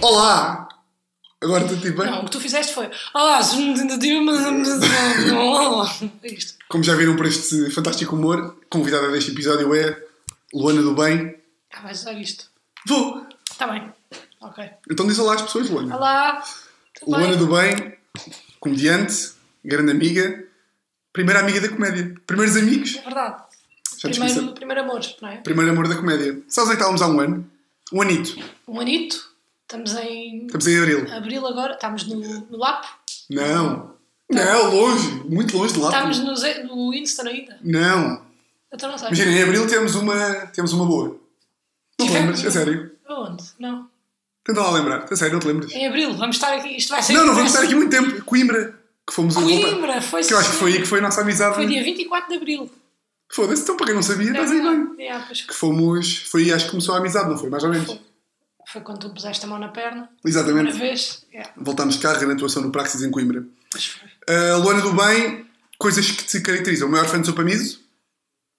Olá! Agora estou tipo, bem? Não, o que tu fizeste foi. "Ah, Olá, É isto. Como já viram por este fantástico humor, convidada deste episódio é Luana do Bem. Ah, vais usar isto. Vou! Está bem. Ok. Então diz olá às pessoas, Luana. Olá. Tudo Luana bem? do Bem, comediante, grande amiga, primeira amiga da comédia. Primeiros amigos. É verdade. Já te Primeiro, esqueci. primeiro amor, não é? Primeiro amor da comédia. Sabes onde é que estávamos há um ano? Um anito. Um anito. Estamos em Estamos em abril. abril agora. Estamos no, no Lapo. Tá. Não. Não, longe. Muito longe de lá. Estamos no, Ze- no Winston ainda. Não. Então não sei. Imagina, em abril temos uma, temos uma boa. Não te Tivemos. lembras? A sério. Onde? Não. Tenta lá lembrar. A sério, não te lembras? Em abril. Vamos estar aqui. Isto vai ser. Não, não vamos estar aqui muito tempo. Coimbra, que fomos a Coimbra. Coimbra. Foi Que eu acho que foi aí que foi a nossa amizade. Foi dia 24 de abril. Foda-se, então para quem não sabia, estás aí bem. É, é, pois Que fomos. Foi aí acho que começou a amizade, não foi? Mais ou menos. Foi quando tu puseste a mão na perna. Primeira Exatamente. vez. É, Voltámos de carro na atuação no Praxis em Coimbra. pois foi. A Luana do Bem, coisas que te caracterizam. O maior fã do Sopamiso.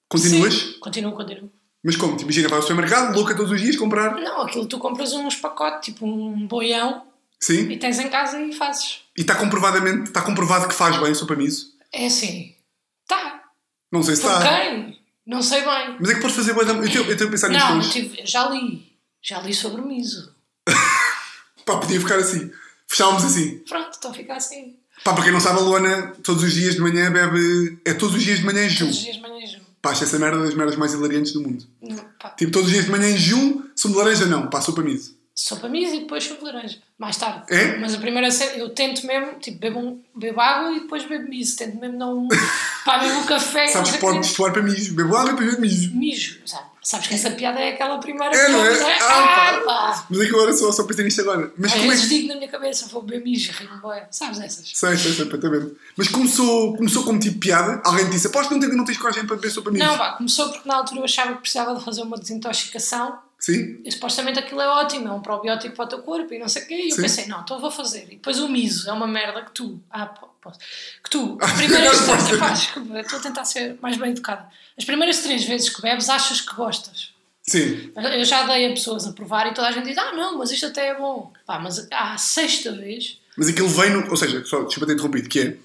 Continuas? Sim, Continuo, continuo. Mas como? Te Imagina, vais ao supermercado, louca todos os dias comprar. Não, aquilo tu compras uns pacotes, tipo um boião, Sim. e tens em casa e fazes. E está comprovadamente, está comprovado que faz bem o Sopamiso. É assim. Tá. Não sei se Por está. quem? Não sei bem. Mas é que podes fazer bué da- Eu tenho, eu tenho a pensar nisto Não, tipo- hoje. tive- já li. Já li sobre miso. Pá, podia ficar assim. Fechávamos assim. Pronto, então fica assim. Pá, para quem não sabe, a Luana todos os dias de manhã bebe. É todos os dias de manhã em Todos os junho. dias de manhã junto. Pá, acho essa merda das merdas mais hilariantes do mundo. Não, pá. Tipo, todos os dias de manhã em junho, sumo de laranja não, pá, sopa miso. Sopa miso e depois chupo de laranja. Mais tarde. É? Mas a primeira cena, eu tento mesmo, tipo, bebo, um- bebo água e depois bebo miso. Tento mesmo não. pá, bebo um café. Sabes não que sei o quê. podes suar para miso, bebo água e depois bebo miso. Mijo. Sabe? Sabes que essa piada é aquela primeira É, não é? que eu- Ah, Ah, pá. Mas é que agora só, só pensei nisto agora. Mas Às como é vezes que. digo na minha cabeça, vou beber mijo, rimo boia. Sabes essas? Sei, sei, sei, perfeitamente. Mas começou, começou como tipo piada, alguém te disse, aposto que não, tens- não tens coragem para beber sopa miso. Não, pá, começou porque na altura eu achava que precisava de fazer uma desintoxicação Sim? e supostamente aquilo é ótimo, é um probiótico para o teu corpo e não sei o quê. E eu Sim. pensei, não, então eu vou fazer. E depois o miso é uma merda que tu. Ah, po- posso. Que tu, Ah, as primeiras agora posso. três. Pá, desculpa, estou a tentar ser mais bem educada. As primeiras três vezes que bebes, achas que gostas. Sim. Eu já dei a pessoas a provar e toda a gente diz, ah, não, mas isto até é bom. Pá, mas à sexta vez. Mas aquilo vem no. Ou seja, só, desculpa ter interrompido, que é.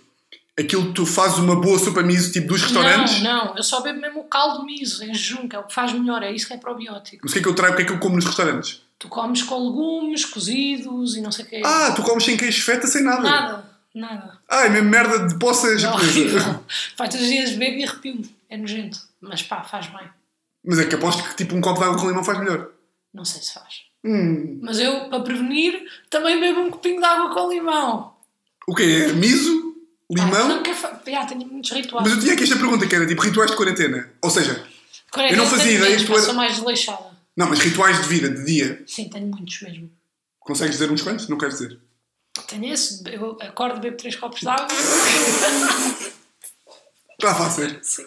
Aquilo que tu fazes uma boa sopa miso, tipo dos restaurantes. Não, não, eu só bebo mesmo o caldo miso em junho, que é o que faz melhor, é isso que é probiótico. Mas o que é que eu trago, o que é que eu como nos restaurantes? Tu comes com legumes cozidos e não sei o quê. Ah, tu comes sem queijo feta, sem nada. Nada, nada. Ah, é mesmo merda de poça É japonesa. horrível. Pá, todos os dias bebo e arrepio-me. É nojento. Mas pá, faz bem. Mas é que aposto que tipo um copo de água com limão faz melhor. Não sei se faz. Hum. Mas eu, para prevenir, também bebo um copinho de água com limão. O quê? É miso? Ah, Limão? nunca fa... Já, tenho muitos rituais. Mas eu tinha aqui esta pergunta que era tipo rituais de quarentena. Ou seja, Quando é que eu não fazia tenho ideia menos, que tu pá, era- Sou mais desleixada. não, mas rituais de vida, de dia. Sim, tenho muitos mesmo. Consegues dizer uns quantos? Não queres dizer. Tenho esse, eu acordo, bebo três copos de água. Está fácil. Sim.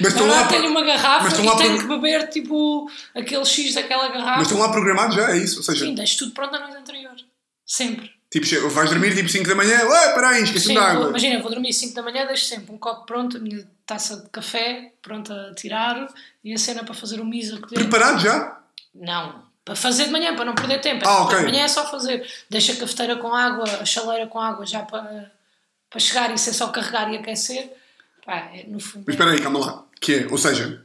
Mas Na estão lá, verdade, tenho uma garrafa mas e estão lá tenho para- que beber tipo aquele X daquela garrafa. mas estão lá programados já, é isso. Ou seja, Sim, deixo tudo pronto a noite anterior. Sempre. tipo, che- vais dormir tipo 5 da manhã, ué, peraí, esqueci Sim, de vou, água. imagina, vou dormir às 5 da manhã, deixo sempre um copo pronto, a minha taça de café pronta a tirar e a cena para fazer o miso a colher. Preparado já? Não, para fazer de manhã, para não perder tempo. Ah, ok. De manhã é só fazer. Deixa a cafeteira com água, a chaleira com água já para, para chegar e ser só carregar e aquecer. Pá, é, no fundo. Mas espera aí, calma lá. Que é, ou seja,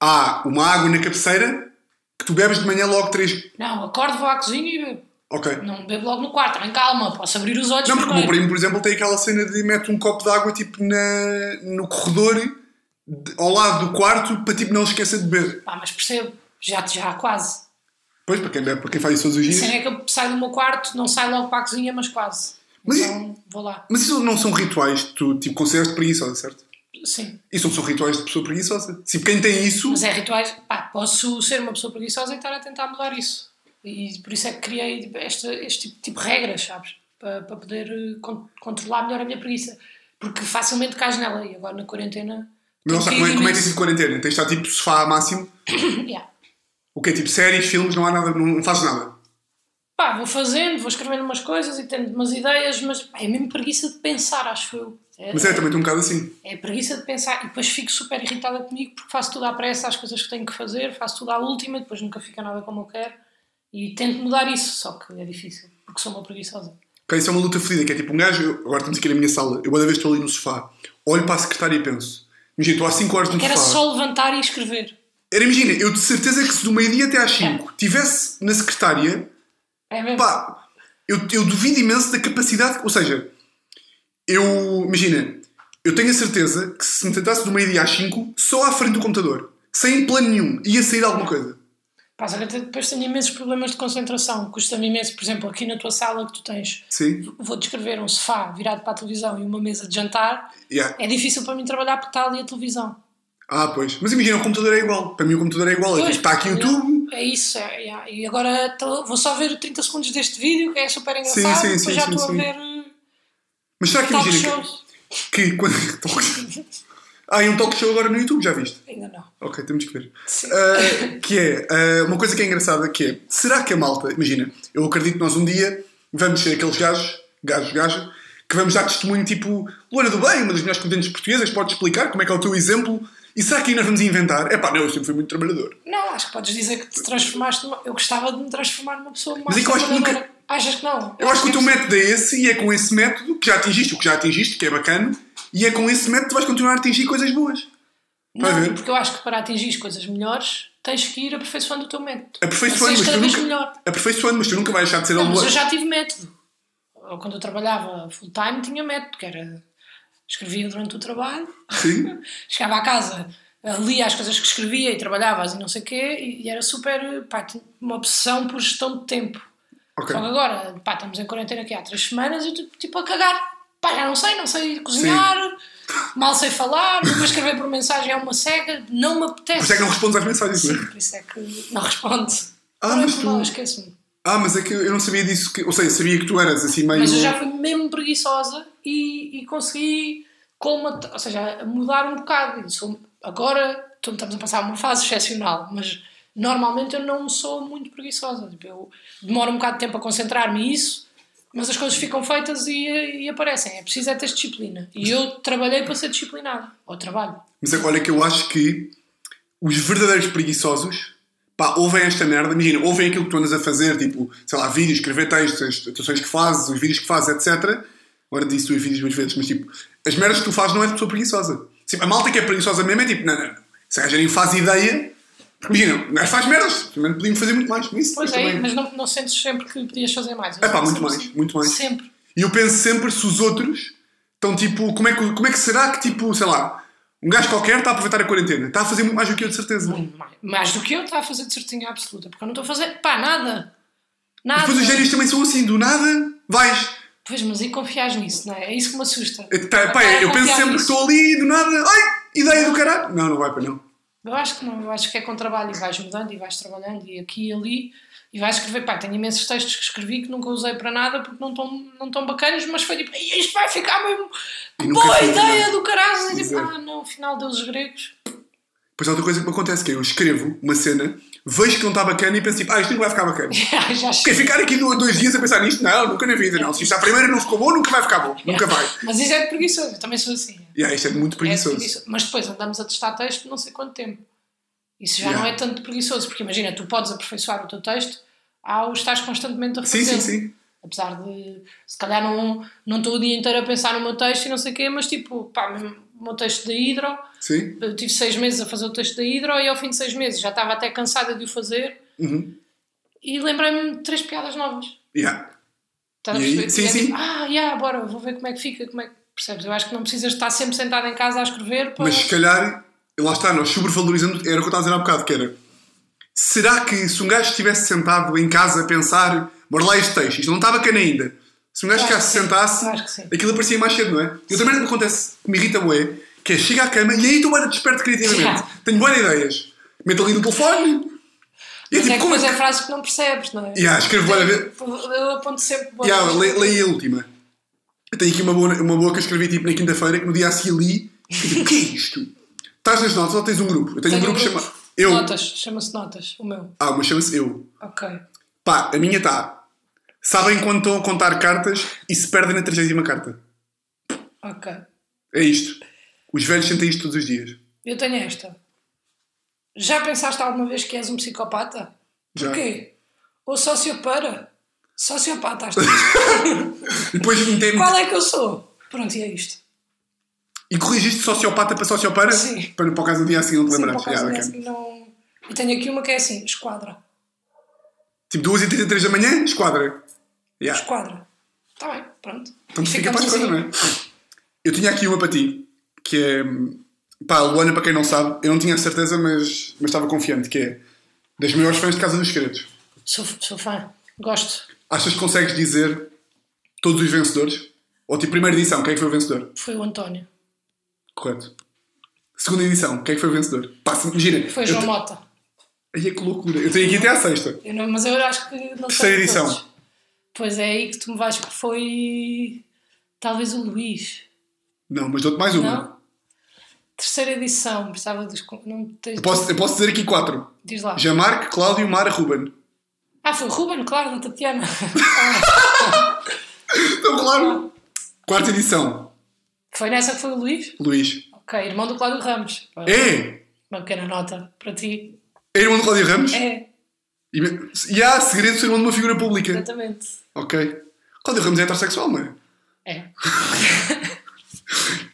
há uma água na cabeceira que tu bebes de manhã logo 3. Não, acordo, vou à cozinha e bebo. Ok. Não bebo logo no quarto, em calma, posso abrir os olhos Não, porque o meu primo, primeiro. por exemplo, tem aquela cena de mete um copo de água tipo na, no corredor de- ao lado do quarto para tipo não se esquecer de beber. Pá, mas percebo, já, já quase. Pois, para quem bebe, para quem faz isso todos os A dias. cena é que eu saio do meu quarto, não saio logo para a cozinha, mas quase. Mas e- então vou lá. Mas isso não são rituais que tu tipo, consideras de preguiçosa, certo? Sim. Isso não são rituais de pessoa preguiçosa. Se quem tem isso. Mas é rituais. Pá, posso ser uma pessoa preguiçosa e estar a tentar mudar isso. E por isso é que criei este, este tipo, tipo de regras, sabes? Para, para poder eh, con- controlar melhor a minha preguiça. Porque facilmente cais nela. E agora na quarentena. Mas não sabe tenho como é, como é que é imenso. isso de quarentena? Tens de estar tipo sofá máximo. Yeah. O que é tipo séries, filmes, não há nada, não, não fazes nada. Pá, vou fazendo, vou escrevendo umas coisas e tendo umas ideias, mas pá, é mesmo preguiça de pensar, acho eu. Mas é, também estou um bocado assim. É preguiça de pensar e depois fico super irritada comigo porque faço tudo à pressa, as coisas que tenho que fazer, faço tudo à última e depois nunca fica nada como eu quero. E tento mudar isso, só que é difícil, porque sou uma preguiçosa. Pá, isso é uma luta fodida, que é tipo um gajo. eu- agora estamos aqui na minha sala, eu cada vez estou ali no sofá, olho para a secretária e penso: Imagina, estou há 5 horas no Que era sofá. só levantar e escrever. Era, imagina, eu de certeza que se do meio-dia até às 5 estivesse na secretária, É mesmo? pá, eu, eu duvido imenso da capacidade. Ou seja, eu. Imagina, eu tenho a certeza que se me tentasse do meio-dia às 5, só à frente do computador, sem plano nenhum, ia sair alguma coisa. Pá, só que até depois tenho imensos problemas de concentração, custa-me imenso. Por exemplo, aqui na tua sala que tu tens, Sim? vou descrever um sofá virado para a televisão e uma mesa de jantar, Yeah. é difícil para mim trabalhar porque está ali a televisão. Ah, pois. Mas imagina, o computador é igual. Para mim, o computador é igual. É tipo, Pois, está aqui o eu- YouTube. É isso, é, é. e agora tô- vou só ver 30 segundos deste vídeo, que é super engraçado, sim, depois sim, já sim, estou sim. a ver eh, Mas será que talk imagina shows. que, que quando. ah, e um talk show agora no YouTube, já viste? Ainda não. Ok, temos que ver. Sim. Uh, que é uh, uma coisa que é engraçada que é será que a malta, imagina, eu acredito que nós um dia vamos ser aqueles gajos, gajos, gajo, que vamos dar testemunho tipo Luana do Bem, uma das melhores comediantes portuguesas, pode explicar como é que é o teu exemplo e será que aí nós vamos inventar? É pá, não, eu sempre fui muito trabalhador. Não, acho que podes dizer que te transformaste numa... Eu gostava de me transformar numa pessoa mais Mas é que eu acho que nunca- trabalhadora. Achas que não? Eu acho que o teu é método é esse e é com esse método que já atingiste o que já atingiste, que é bacana, e é com esse método que vais continuar a atingir coisas boas. Vai ver. Não, porque eu acho que para atingir coisas melhores tens que ir aperfeiçoando o teu método. Aperfeiçoando, Para mas seres tu cada vez nunca, melhor. aperfeiçoando, mas tu nunca vais deixar de ser a Não, mas Luana. eu já tive método. Eu, Quando eu trabalhava full time tinha método, que era escrevia durante o trabalho, Sim. chegava à casa, eh, lia as coisas que escrevia e trabalhavas e não sei o quê, e, e era super, eh, pá, tinha uma obsessão por gestão de tempo. Ok. Só que agora, pá, estamos em quarentena aqui há três semanas e eu tipo, tipo a cagar. Pá, já não sei, não sei cozinhar, mal sei falar, depois escrever por mensagem é uma cega, não me Por apetece. isso é que não respondes às mensagens. não é? Sim, por isso é que não responde. Ah, Agora mas é por tu- mal, esqueço-me. Ah, mas é que eu não sabia disso. Que, ou seja, sabia que tu eras assim meio. Mas eu já fui mesmo preguiçosa e, e consegui colmatar, ou seja, mudar um bocado. E sou- agora tô- estamos a passar uma fase excepcional, mas normalmente eu não sou muito preguiçosa. Tipo, eu demoro um bocado de tempo a concentrar-me e isso, mas as coisas ficam feitas e, e aparecem. É preciso é ter disciplina. E eu trabalhei para ser disciplinada. Ou trabalho. Mas é- olha que eu acho que os verdadeiros preguiçosos pá, ouvem esta merda. Imagina, ouvem aquilo que tu andas a fazer, tipo, sei lá, vídeos, escrever textos, as atuações que fazes, os vídeos que fazes, etc. Agora disse tu e vídeos muitas vezes, mas tipo, as merdas que tu fazes não é de pessoa preguiçosa. Tipo, a malta que é preguiçosa mesmo é tipo, não, não, não. Se a gente nem faz ideia. Imagina, nós faz merdas, também podíamos fazer muito mais. Mas isso Pois também- é, mas não, não sentes sempre que podias fazer mais. Eu É pá, muito sempre- assim. mais, muito mais. Sempre. E eu penso sempre se os outros estão tipo, como é que, como é que será que tipo, sei lá, um gajo qualquer está a aproveitar a quarentena, está a fazer muito mais do que eu de certeza. Mais- Mais do que eu está a fazer de certinha absoluta, porque eu não estou a fazer pá, nada. Nada. Depois os génios também são assim, do nada, vais. Pois, mas e confias nisso, não é? É isso que me assusta. Eu, tá, pá, Vai eu penso confiar sempre que nisso. estou ali, do nada, ai, ideia do caralho. Não, não vai para não. Eu acho que não, eu acho que é com trabalho e vais mudando e vais trabalhando e aqui e ali e vais escrever. Pá, tenho imensos textos que escrevi que nunca usei para nada porque não estão não tão bacanas, mas foi tipo, "Ei, isto vai ficar mesmo. E Que nunca boa fiz ideia nada." do caralho! E tipo, Exato. ah, não, afinal, deuses gregos. Depois há outra coisa que me acontece, que é eu escrevo uma cena, vejo que não está bacana e penso tipo, ah, isto nunca vai ficar bacana. Já Porque é ficar aqui do- dois dias a pensar nisto, não, nunca na vida, não. Se isto à primeira não ficou bom, nunca vai ficar bom. Nunca vai. Mas isso é de preguiçoso, eu também sou assim. E yeah, isto é muito É preguiçoso. preguiçoso. Mas depois andamos a testar texto não sei quanto tempo. Isso já Yeah. não é tanto preguiçoso, porque imagina, tu podes aperfeiçoar o teu texto ao estás constantemente a Sim, refazer. sim, sim. Apesar de, se calhar não não estou o dia inteiro a pensar no meu texto e não sei o quê, mas tipo, pá, mesmo o meu texto da Hidro, Sim. eu tive seis meses a fazer o texto da Hidro e ao fim de seis meses já estava até cansada de o fazer Uhum. e lembrei-me de três piadas novas. Yeah. Estás E a aí? perceber? Sim, E é sim. tipo, ah, yeah, bora, vou ver como é que fica, como é que... Percebes? Eu acho que não precisas estar sempre sentado em casa a escrever para... Mas se calhar, lá está, nós sobrevalorizamos, era o que eu estava a dizer há bocado, que era será que se um gajo estivesse sentado em casa a pensar, bora lá este texto, isto não está bacana ainda. Se um gajo Eu cá acho que se sim. sentasse, Eu acho que sim. aquilo aparecia mais cedo, não é? Eu também não me acontece, que me irrita bué, que é chega à cama e aí estou bem desperto criativamente. Yeah. Tenho boas ideias. Meto ali no telefone. E é Mas tipo, é que como é depois que. é frases que não percebes, não é? Yeah, escrevo bué da vez. Eu aponto sempre boas. Yeah, le- leia a última. Eu tenho aqui uma boa, uma boa que eu escrevi tipo, na quinta-feira, que no dia a seguir li. e digo, O que é isto? Estás nas notas ou tens um grupo? Eu tenho, um grupo, chamado. Eu. Notas, chama-se notas, o meu. Ah, mas chama-se eu. Ok. Pá, a minha está. Sabem quando estão a contar cartas e se perdem na 30 carta. Ok. É isto. Os velhos sentem isto todos os dias. Eu tenho esta. Já pensaste alguma vez que és um psicopata? Já. Porquê? Ou sociopata. Sociopata, acho E depois um metem Qual é que eu sou? Pronto, e é isto. E corrigiste sociopata para sociopata? Sim. Para, para o caso do dia assim não te Sim, por lembrares. acaso, Yeah, não ok. é assim, não... Eu tenho aqui uma que é assim, esquadra. Tipo 2h33 da manhã, esquadra. Yeah. Esquadra. Está bem, pronto. Então E fica para a ficamos esquadra, não assim. é? Eu tinha aqui uma para ti, que é. hum, Pá, a Luana, para quem não sabe, eu não tinha a certeza, mas, mas estava confiante, que é das maiores fãs de Casa dos Segredos. Sou, sou fã. Gosto. Achas que consegues dizer todos os vencedores? Ou tipo, primeira edição, quem é que foi o vencedor? Foi o António. Correto. Segunda edição, quem é que foi o vencedor? Pá, se- imagina. Foi o eu João te- Mota. Aí é que loucura. Eu tenho aqui até à sexta. Eu não- mas eu acho que não Terceira sei edição. todos. Pois é aí que tu me vais que foi talvez o Luís. Não, mas dou-te mais uma. Não? Terceira edição, precisava dos. con- Não tens... Eu posso, eu posso dizer aqui quatro. Diz lá. Jamarque, Cláudio, Mara, Ruben. Ah, foi o Ruben, claro, da Tatiana. Então, claro. Quarta edição, foi nessa que foi o Luís? Luís. Ok, irmão do Cláudio Ramos. É! Uma pequena nota para ti. É irmão de Cláudio Ramos? É, E, me- e há segredo de ser irmão de uma figura pública. exatamente. Ok. Cláudio Ramos é heterossexual, não é? É,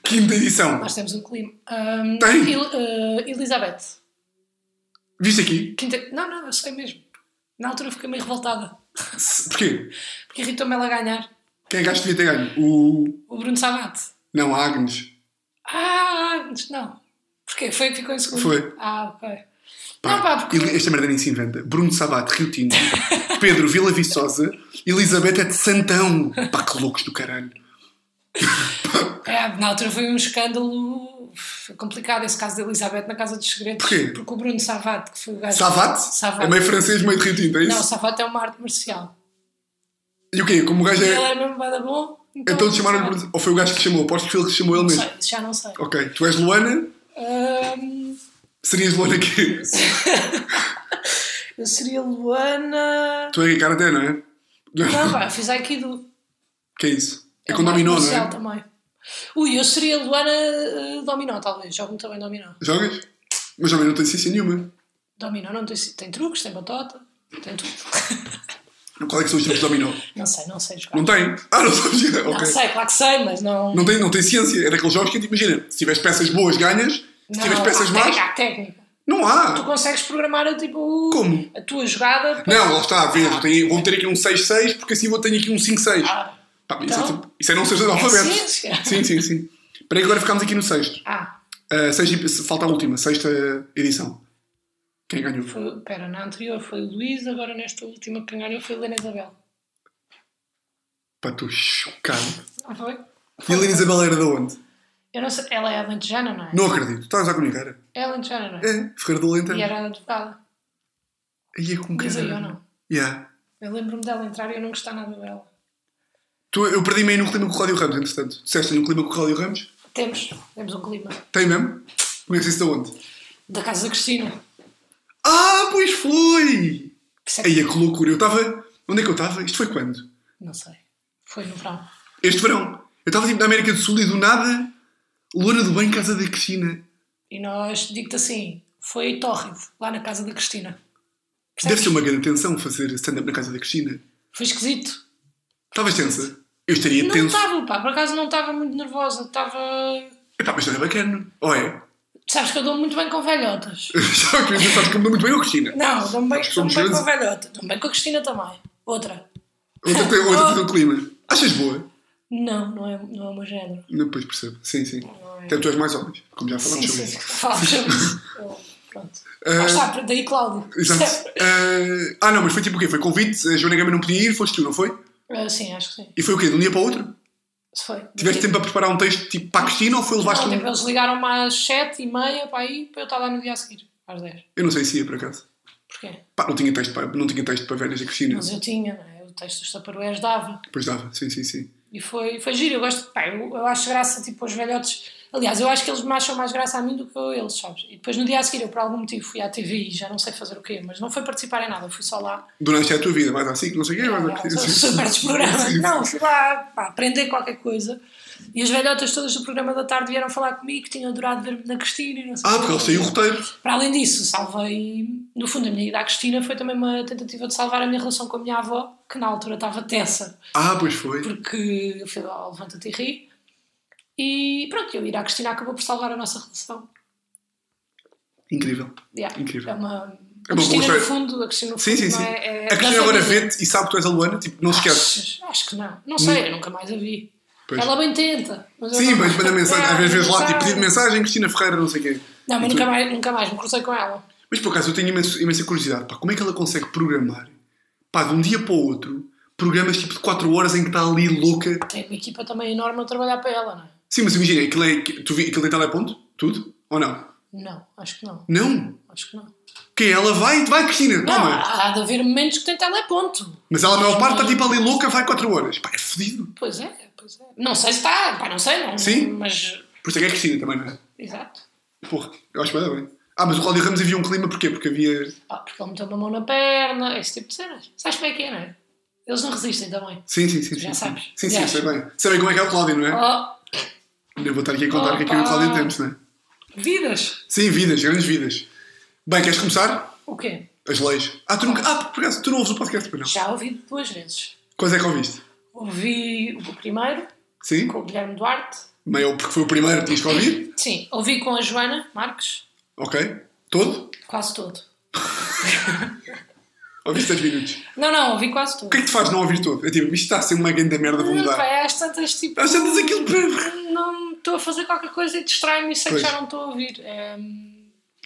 Quinta edição. nós temos um clima. Ahm, Tem? El- eh, Elizabeth. Viste aqui? Quinta... Não, não, eu sei mesmo. Na altura fiquei meio revoltada. S- Porquê? Porque irritou-me ela ganhar. Quem é que acho que devia ter ganho? O. O Bruno Savate. Não, a Agnes. Ah, antes não. Porquê? Foi que ficou em segundo? Foi. Ah, ok. Pá, não, pá, porque. ele- Esta merda nem se inventa. Bruno Sabate, Rio Tinto, Pedro Vila Viçosa, Elizabeth é de Santão. Pá, que loucos do caralho. É, na altura foi um escândalo complicado esse caso da Elizabeth na Casa dos Segredos. Porquê? Porque o Bruno Savate, que foi o gajo. Savate? Savate. É meio francês, meio de Rio Tinto, é isso? Não, Savate é uma arte marcial. E o quê? Como o gajo Ele é um é. era mesmo bada bom. Então te chamaram Bruno. Ou foi o gajo que te chamou? Aposto que foi ele que te chamou ele Não mesmo. sei, já não sei. Ok. Tu és Luana? Ahm, Serias Luana que. eu seria Luana. Tu é Ricardo até, não é? Não, pá, fiz Aikido. Que é isso? É, uma com arte dominó, não marcial é? também. Ui, eu seria Luana eh, Dominó, talvez. Jogo-me também Dominó. Jogas? Mas também não tem ciência nenhuma. Dominó não tem, tem truques, tem batota, tem tudo. Qual é que são os tipos de dominó? Não sei, não sei jogar. Não Não, tem? Ah, não sabes? ok. sei, claro que sei, mas não. Não tem, não tem ciência. É daqueles jogos que, tipo, imagina, se tiveres peças boas, ganhas. Se não, tiveres peças há más, técnica, há técnica. não Tu há. consegues programar tipo, Como? a tua jogada para. Não, lá está, a ver. Tem- Vou meter aqui um 6-6, porque assim vou ter aqui um 5-6. Ah, Pá, isso, é então, tipo- isso é não ser analfabeto. ciência. Sim, sim, sim. Para agora ficámos aqui no sexto. ah, Ah, sexta- falta a última, sexta edição. Quem é ganhou? foi, pera, na anterior foi o Luís, agora nesta última que ganhou foi a Helena Isabel. Pá, estou chocado. Não foi? E a Helena Isabel era de onde? Eu não sei, ela é alentejana, não é? Não acredito. Estás a comunicar? É alentejana, não é? É, Ferreira do Alentão. E era advogada. Aí é com Diz aí ou caralho. não? Yeah. Eu lembro-me dela entrar e eu não gostava nada dela. Tu, eu perdi-me aí no clima com o Cláudio Ramos, entretanto. Disseste no clima com o Cláudio Ramos? Temos, temos um clima. Tem mesmo? Conheces isso de onde? Da casa da Cristina. Ah, pois foi! Que se- Aí é que loucura. Eu estava... Onde é que eu estava? Isto foi quando? Não sei. Foi no verão. Este verão. Eu estava tipo na América do Sul e do nada... Lona do Bem, Casa da Cristina. E nós, digo-te assim, foi tórrido, lá na casa da Cristina. Deve Percebes? ser uma grande tensão fazer stand-up na Casa da Cristina. Foi esquisito. Estavas tensa? Eu estaria não tenso. estava, pá, por acaso não estava muito nervosa, estava. Epá, mas não é bacana. Ou é? Sabes que eu dou muito bem com velhotas. Já que eu sabes que eu me dou muito bem com a Cristina. Não, dou-me bem, Acho que dou-me somos bem com grandes. velhotas. Dou-me bem com a Cristina também. Outra. Outra tem outra tem um clima. Achas boa? Não, não é, não é o meu género. Não, pois percebo. Sim, sim. Não é. Até tu és mais homens, como já Sim, falámos sobre sim, isso. falamos sobre isso. Eu- Pronto. Eh, Lá está, daí Cláudio. Exato. Percebe? Eh, ah, não, mas foi tipo o quê? Foi convite, a Joana Gama não podia ir, foste tu, não foi? Ah, sim, acho que sim. E foi o quê? De um dia para o outro? Se foi. Tiveste tempo para preparar um texto tipo para a Cristina ou foi levaste Não, um. tipo, eles ligaram-me às 7 e meia para aí para eu estar lá no dia a seguir, às 10. Eu não sei se ia por acaso. Porquê? Pá, não tinha texto para, não tinha texto para velhas da Cristina. Mas eu tinha, não é? O texto dos taparués dava. Pois dava, sim, sim, sim. E foi, foi giro. Eu gosto, pá, eu, eu acho graça, tipo, aos velhotes. Aliás, eu acho que eles me acham mais graça a mim do que eu a eles, sabes? E depois no dia a seguir eu, por algum motivo, fui à TV e já não sei fazer o quê, mas não foi participar em nada, fui só lá. Durante a tua vida, mais assim, que não sei o quê, mais Ah, sou- assim. sou super dos programas. Sim. Não, fui lá pá, aprender qualquer coisa. E as velhotas todas do programa da tarde vieram falar comigo, que tinham adorado ver-me na Cristina e não Ah, sei o quê. porque ele saiu o roteiro. Para além disso, salvei no fundo, a minha ida à Cristina foi também uma tentativa de salvar a minha relação com a minha avó, que na altura estava tensa, Ah, pois foi. porque eu fui ao Levanta-te e ri. E pronto, eu ir à Cristina acabou por salvar a nossa relação. Incrível. Yeah. Incrível. É uma. É A uma boa Cristina, no história. fundo, a Cristina, no Sim, fundo, sim, não sim. é- é a da Cristina agora família. vê-te e sabe que tu és a Luana, tipo, não esquece. Achas? Acho que não. Não sei, eu nunca mais a vi. Pois. Ela bem tenta. Mas eu Sim, não- mas manda mensagem, Ah, às vezes vês lá, mensagem. tipo, pedido mensagem, Então- Cristina Ferreira, não sei quem. Não, E mas tu- nunca mais, nunca mais me cruzei com ela. Mas por acaso eu tenho imenso- imensa curiosidade, pá, como é que ela consegue programar, pá, de um dia para o outro, programas tipo de 4 horas em que está ali louca. Tem uma equipa também enorme a trabalhar para ela, não é? Sim, mas imagina, aquilo é, que- tu vi, aquilo é teleponto? Tudo? Ou não? Não, acho que não. Não! Acho que não. Quem ela vai, vai Cristina, Não, toma! há há de haver momentos que tem teleponto. Mas ela, a maior parte, está Sim. tipo ali louca, vai 4 horas. Pá, é fodido. Pois é, pois é. Não sei se está, pá, não sei, não. Sim. Mas, Por isso é que é Cristina também, não é? exato. Porra, eu acho que vai dar bem. Ah, mas o Cláudio Ramos havia um clima, porquê? Porque havia. Ah, porque ele meteu uma mão na perna, esse tipo de cenas. Sabes como é que é, não é? Eles não resistem também. Sim, sim, sim. Já sim, sabes. Sim, sim, sim Aliás. sei bem. Sabem como é que é o Cláudio, não é? Oh, Eu vou estar aqui a contar o que é que é o Opa! Cláudio temos, não é? vidas! Sim, vidas, grandes vidas. Bem, queres começar? O quê? As leis. Ah, tu, nunca... ah, por acaso, tu não ouves o podcast, pois não? Já ouvi duas vezes. Quais é que ouviste? Ouvi o primeiro, Sim? com o Guilherme Duarte. Meio porque foi o primeiro que tinhas que ouvir. Sim, ouvi com a Joana Marques, Ok. Todo? quase todo. Ouviste 10 minutos. Não, não, ouvi quase O todo. que é que te faz não ouvir todo? É tipo, isto está a ser uma grande merda, vou Não, mudar. pá, às tantas, tipo, Às tantas aquilo para... não estou a fazer qualquer coisa e distrai-me e sei Pois. que já não estou a ouvir. É,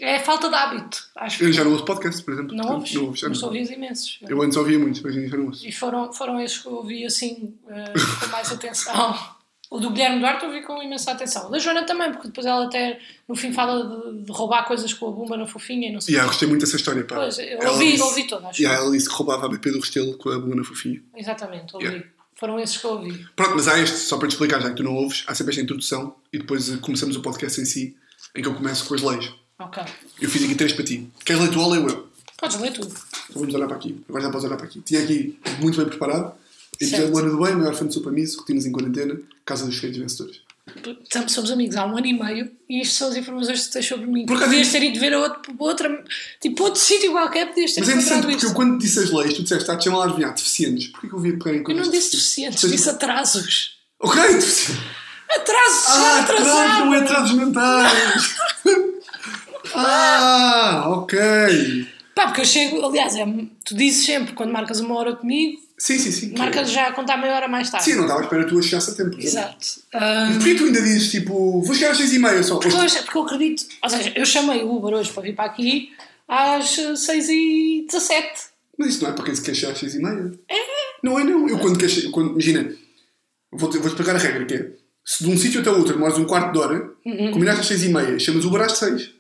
é falta de hábito, acho. Eu já não ouço podcast, por exemplo. Não Portanto, ouves? Não ouves. já Mas não. ouvias imensos. Eu antes ouvia muito, mas já não ouço. E foram, foram esses que eu ouvi assim eh, com mais atenção. O do Guilherme Duarte eu ouvi com imensa atenção. O da Joana também, porque depois ela até no fim fala de, de roubar coisas com a bomba na fofinha e não sei E o ah, gostei muito dessa história, pá. quê. Pois, eu Ela ouvi, disse- ouvi toda, acho. E ah, ela disse que roubava a BP do Restelo com a Bruna Fofinha. Exatamente, ouvi. Yeah. Foram esses que eu ouvi. Pronto, mas há este, só para te explicar, já que tu não ouves, há sempre esta introdução e depois eh, começamos o podcast em si, em que eu começo com as leis. Ok. Eu fiz aqui três para ti. Queres ler tu ou leio eu? Podes ler tudo. Vamos olhar para aqui. Agora já podes olhar para aqui. Tinha aqui muito bem preparado. Episódio Certo. do ano do bem, maior fã de Supamiso, rotinas em quarentena, casa dos cheios vencedores. Então, somos amigos há um ano e meio e isto são as informações que tu tens sobre mim. Por acaso- é podias ter ido ver a outro, outra, tipo outro sítio qualquer, podias ter Mas é interessante encontrado porque eu, isto. quando disse as leis, tu disseste, ah, te chamam a adivinhar, deficientes. Porquê que eu via pegar em Eu coisas não disse deficientes, Mas- disse atrasos. Ok, deficientes. Atrasos, já Ah, atrasos, atrasado! não é atrasos mentais. ah, ok. Pá, porque eu chego, aliás, é- tu dizes sempre quando marcas uma hora comigo, Sim, sim, sim. marcas já a contar meia hora mais tarde. Sim, não estava à espera que tu a chegasse a tempo. por exemplo. Exato. Ah, Porquê tu ainda dizes, tipo, vou chegar às seis e meia só? porque, eu, acho- porque eu acredito, ou seja, eu chamei o Uber hoje para vir para aqui às 6h17. Mas isso não é para quem se queixa às seis e meia. Não é, não. Eu quando queixo, quando, imagina, vou, te- vou explicar a regra, que é, se de um sítio até outro demoras um quarto de hora, Uhum. combinaste às seis e meia, chamas Uber às seis.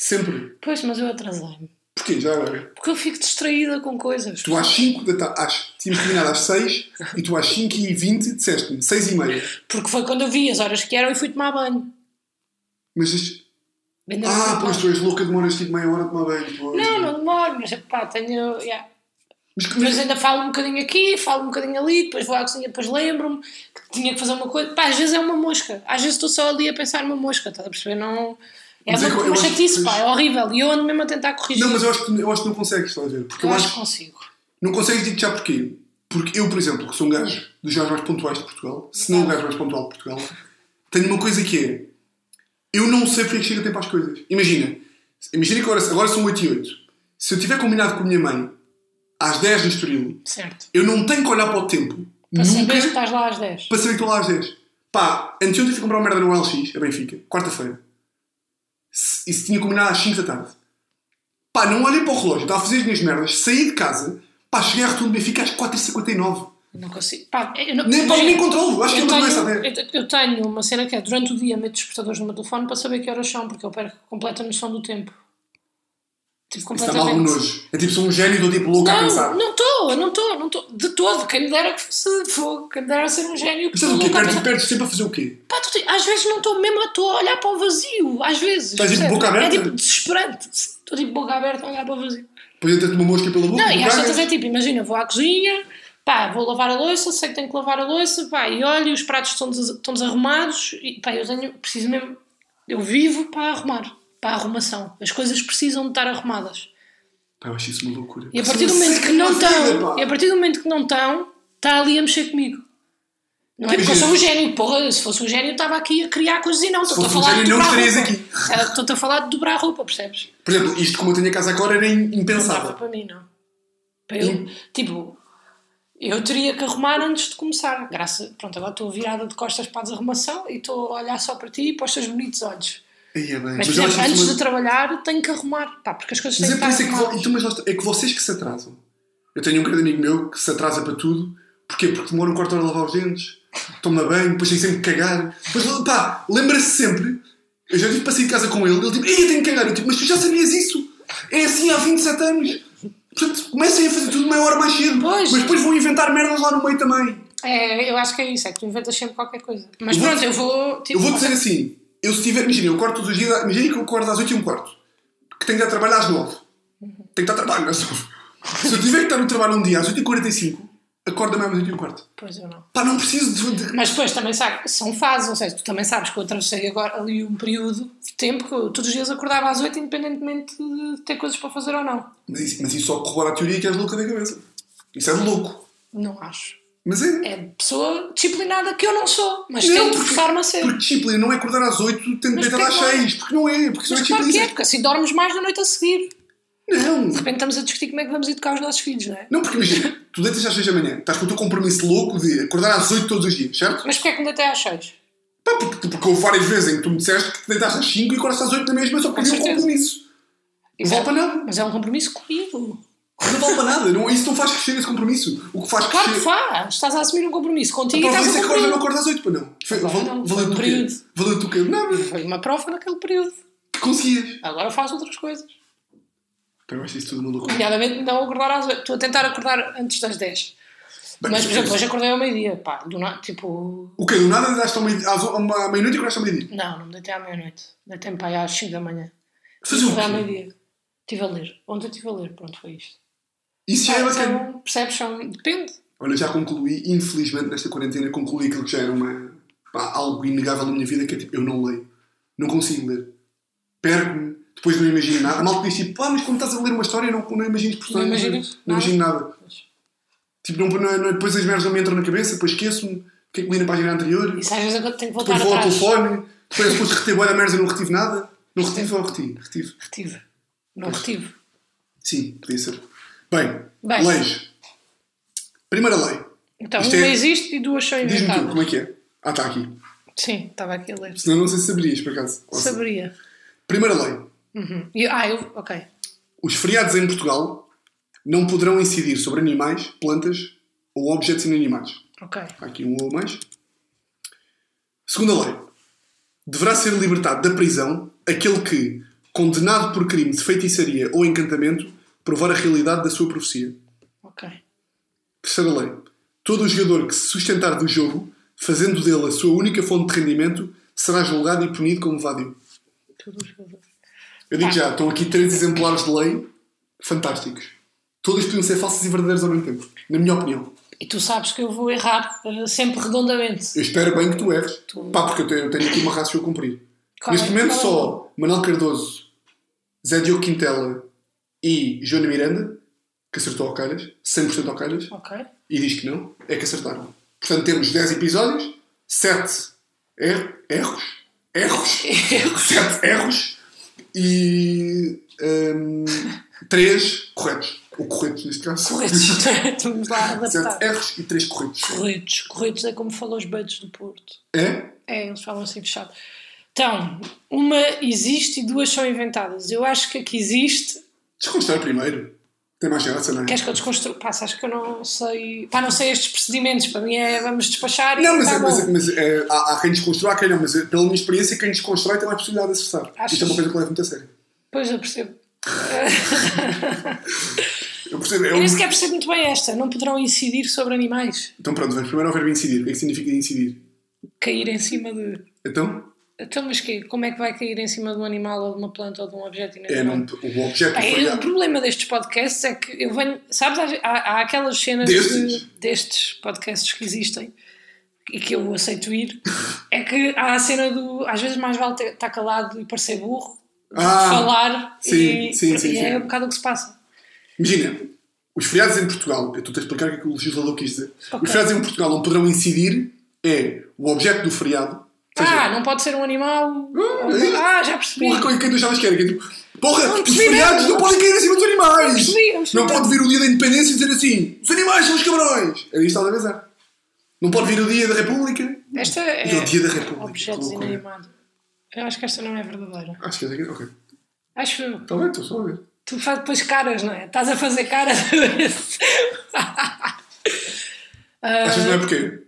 Sempre. Pois, mas eu atrasei-me. Porquê? Já agora. Porque eu fico distraída com coisas. Tu às 5 da tarde, às, tínhamos combinado às 6 e tu às 5 e 20 disseste-me 6 e meia. Porque foi quando eu vi as horas que eram e fui tomar banho. Mas as- Ainda não Ah, fui pois tomar- tu és louca, demoras tipo meia hora a tomar banho. pois. Não, não demoro, mas pá, tenho. yeah. Mas, que- Mas ainda falo um bocadinho aqui, falo um bocadinho ali, depois vou à cozinha, depois lembro-me que tinha que fazer uma coisa. Pá, às vezes é uma mosca, às vezes estou só ali a pensar numa mosca, estás a perceber? Não. É Mas é uma, que eu uma acho chatice, que- pá, é horrível. E eu ando mesmo a tentar corrigir. não, mas eu acho, que, eu acho que não consegues, estás a ver? Porque eu eu acho que acho consigo. não consegues dizer já porquê. Porque eu, por exemplo, que sou um gajo dos gajos mais pontuais de Portugal, se não o gajo mais pontual de Portugal, tenho uma coisa que é. Eu não sei porque é que chega tempo às coisas. Imagina, imagina que agora, agora são 8 e 8. Se eu tiver combinado com a minha mãe às 10 no Estoril, Certo. eu não tenho que olhar para o tempo. nunca, Para saberes que estás lá às 10. Para saber que estou lá às 10. Pá, anteontem fui comprar uma merda no LX, a Benfica, quarta-feira. Se- E se tinha combinado às 5 da tarde. Pá, não olhei para o relógio, estava a fazer as minhas merdas, saí de casa, pá, cheguei à rotunda do Benfica às 4h59. Não consigo. Pá, é, eu não, Nem, pá, imagina, nem controlo, acho que é eu uma doença tenho, até. eu- eu tenho uma cena que é durante o dia meto despertadores no meu telefone para saber que horas são, porque eu perco completa noção do tempo. Tipo, Isso dá-me algum nojo. É tipo, sou um gênio, estou tipo louco a pensar. Não, não estou, não estou, não estou. De todo, quem me dera que fosse fogo, quem me dera ser um gênio. que Mas sabes o estou quê? louca a Perdes, pensar. perdes sempre a fazer o quê? Pá, tu te- às vezes não estou mesmo, estou a olhar para o vazio, às vezes. Estás tipo percebes? boca aberta? É tipo desesperante. sim. Estou tipo boca aberta a olhar para o vazio. Depois entra-te uma mosca pela boca Não, e e tu às cagas. tantas é tipo, imagina, vou à cozinha, pá, vou lavar a louça, sei que tenho que lavar a louça, pá, e olho, e os pratos estão, des- estão desarrumados, e pá, eu tenho, preciso mesmo, eu vivo para arrumar, para a arrumação. As coisas precisam de estar arrumadas. Eu acho isso uma loucura. E a Isso partir do é uma momento que seca não na vida, estão, pá. e a partir do momento que não estão, está ali a mexer comigo. Não é porque eu sou um gênio, porra, se fosse um gênio eu estava aqui a criar coisas e não, estou a fosse um falar de gênio, não dobrar estarias roupa. Estou a falar de dobrar a roupa, percebes? Por exemplo, isto como eu tenho a casa agora era im- Não dava impensável. para mim, não. Para eu, tipo, eu teria que arrumar antes de começar. Graça, pronto, agora estou virada de costas para a desarrumação e estou a olhar só para ti e para os teus bonitos olhos. Aí é bem. Mas, Mas por eu exemplo, acho antes isso de uma- trabalhar tenho que arrumar, pá, porque as coisas Mas têm é que por isso é estar que, vo- arrumadas. então, mas lá está- é que vocês que se atrasam. Eu tenho um grande amigo meu que se atrasa para tudo. Porquê? Porque demora um quarto de hora a lavar os dentes, toma banho, depois tem sempre que cagar. Depois, pá, lembra-se sempre. Eu já tive para sair de casa com ele, ele tipo, "Ei, eu tenho que cagar. Eu tipo, mas tu já sabias isso? É assim há 27 anos. Portanto, comecem a fazer tudo meia hora mais cedo. Pois. Mas depois vão inventar merdas lá no meio também. É, eu acho que é isso, é que tu inventas sempre qualquer coisa. Mas Eu vou- pronto, eu vou. Tipo, Eu vou dizer assim: eu se tiver, imagina, eu corto todos os dias, imagina que eu acordo às 8 e um quarto, que tenho que ir a trabalho às 9. Tenho que estar a trabalho às 9. Se eu tiver que estar no trabalho um dia às 8h45, acorda-me às 8 e um quarto. Pois eu não. Pá, não preciso de. de- Mas depois também sabe, são fases, ou seja, tu também sabes que eu atravessei agora ali um período de tempo que eu todos os dias acordava às oito, independentemente de ter coisas para fazer ou não. Mas, isso, mas isso só corrobora a teoria que és louca da cabeça. Isso é de louco. Não acho. Mas é. É de pessoa disciplinada que eu não sou, mas Não, tento porque- forçar-me a ser. Porque disciplina não é acordar às 8, tendo Mas de deitar às porque é 6. Porque não é. Porque isso não é Mas claro que é, disciplina. é- porque assim dormes mais na noite a seguir. De Não. repente estamos a discutir como é que vamos educar os nossos filhos, não é? Não, porque imagina, tu deitas às 6 da manhã, estás com o teu compromisso louco de acordar às 8 todos os dias, certo? Mas porquê é que me deitei às seis? Pá, porque, porque houve várias vezes em que tu me disseste que te deitaste às 5 e acordaste às 8 na mesma, só que Com havia um certeza. compromisso. Não vale para nada. Mas é um compromisso comigo. Não vale para nada. Não, isso não faz crescer esse compromisso. O que faz Claro que crescer. faz. Estás a assumir um compromisso A contigo e prova estás disso é a que agora cumprir. não acordas às 8, para não. Foi- Claro, val- não. Valeu-te o quê? Período. Valeu-te o quê? Nada. Foi uma prova naquele período. Que conseguias. Agora faço outras coisas. Pá, Eu acho isso tudo uma loucura. Nomeadamente não acordar às 8. Estou a tentar acordar antes das 10. Bem, Mas, por exemplo, hoje acordei ao meio-dia. Pá, do na... tipo. O quê? Do nada deitaste ao meio- às o- à uma- à meia-noite e acordaste ao meio-dia. Não, não me deitei à meia-noite. Deitei-me para aí às 5 da manhã. Fazer o Acordei ao quê? meio-dia. Estive a ler. Ontem estive a ler. Pronto, foi isto. Isso já é Pá, bacana. são- percebes? São... Depende. Olha, já concluí, infelizmente, nesta quarentena, concluí aquilo que já era uma, pá, algo inegável na minha vida, que é tipo, eu não leio. Não consigo ler. Perco-me, depois não imagino nada. Mal te diz tipo, ah, mas quando estás a ler uma história, não, não imaginas personagens. Não imaginas não nada. imagino nada. Pois. Tipo, não, não- não- depois as merdas não me entram na cabeça, depois esqueço-me. O que é que li na página anterior? Isso às vezes eu tenho que voltar Depois vou ao atrás. telefone. Depois depois de reter boa da merda, não retive nada. Não retive ou reti? Retive. Retive. Não retive. Sim, podia ser. Bem, Bem. leis. Primeira lei. Então, Isto uma é- existe e duas são Diz-me tu, inventadas. como é que é? Ah, está aqui. Sim, estava aqui a ler. Senão não sei se saberias, por acaso. Ou se- Saberia. Primeira lei. Uhum. E- ah, eu. Ok. Os feriados em Portugal não poderão incidir sobre animais, plantas ou objetos inanimados. Ok. Há aqui um ou mais. Segunda lei. Deverá ser libertado da prisão aquele que, condenado por crime de feitiçaria ou encantamento, provar a realidade da sua profecia. Ok. Terceira lei. Todo jogador que se sustentar do jogo, fazendo dele a sua única fonte de rendimento, será julgado e punido como vadio. Tudo os jogadores. Eu Tá. digo já, estão aqui três exemplares de lei fantásticos. Todas podiam ser falsas e verdadeiras ao mesmo tempo, na minha opinião. E tu sabes que eu vou errar eh, sempre redondamente. Eu espero bem que tu erres. Tu- Pá, porque eu tenho, eu tenho aqui uma rácio a cumprir. Qual é- Neste momento qual é? só Manuel Cardoso, Zé Diogo Quintela e Joana Miranda, que acertou ao Calhas, 100% ao Calhas, Ok. e diz que não, é que acertaram. Portanto, temos 10 episódios, 7 er erros, erros, 7 erros e 3 corretos. Ou corretos, neste caso. Corretos. Vamos lá adaptar. 7 erros e 3 corretos. Corretos. Corretos é como falam os beijos do Porto. É? É, eles falam assim fechado. Então, uma existe e duas são inventadas. Eu acho que a que existe. Desconstrói primeiro. Tem mais graça, não é? Queres que eu desconstrua? Pá, acho que eu não sei. Pá, não sei estes procedimentos. Para mim é vamos despachar e. Não, mas, tá é- mas, bom. é- mas é, há, há quem desconstrói, há quem não. Mas é, pela minha experiência, quem desconstrói tem mais possibilidade de acertar. Achas? Isto é uma coisa que eu levo muito a sério. Pois eu percebo. Eu percebo. é Eu nem um- sequer percebo muito bem esta. Não poderão incidir sobre animais. Então pronto, vamos primeiro ao verbo incidir. O que é que significa incidir? Cair em cima de. Então, Então, mas quê? como é que vai cair em cima de um animal ou de uma planta ou de um objeto É, inanimado? não, o objeto Pá, foi É, eu- o problema destes podcasts é que eu venho. Sabes, há, há- há aquelas cenas Destes? de- destes podcasts que existem e que eu aceito ir. É que há a cena do. Às vezes mais vale estar calado e parecer burro, Ah, falar sim, e, sim, sim, e sim. é um bocado o que se passa. Imagina, os feriados em Portugal, eu estou a explicar o que é que o legislador quis dizer. Ok. Os feriados em Portugal não poderão incidir é o objeto do feriado. Ou seja, Ah, não pode ser um animal. é. Ah, Ah, já percebi. Porra, quem, quem tu achavas que era? Que é tipo, porra, Não os percebi feriados nada. não podem cair em cima dos animais! Não percebi, não percebi Não nada. pode vir o dia da independência e dizer assim: os animais são os cabrões! Era isto que estava a pensar. Não pode vir o dia da República. Esta é. E o Dia da República, Objetos que loucura. inanimados. Eu acho que esta não é verdadeira. Acho que é daqui. Ok. Acho eu. Está bem, estou só a ver. Tu fazes depois caras, não é? Estás a fazer caras. Achas que não é porquê? Ah,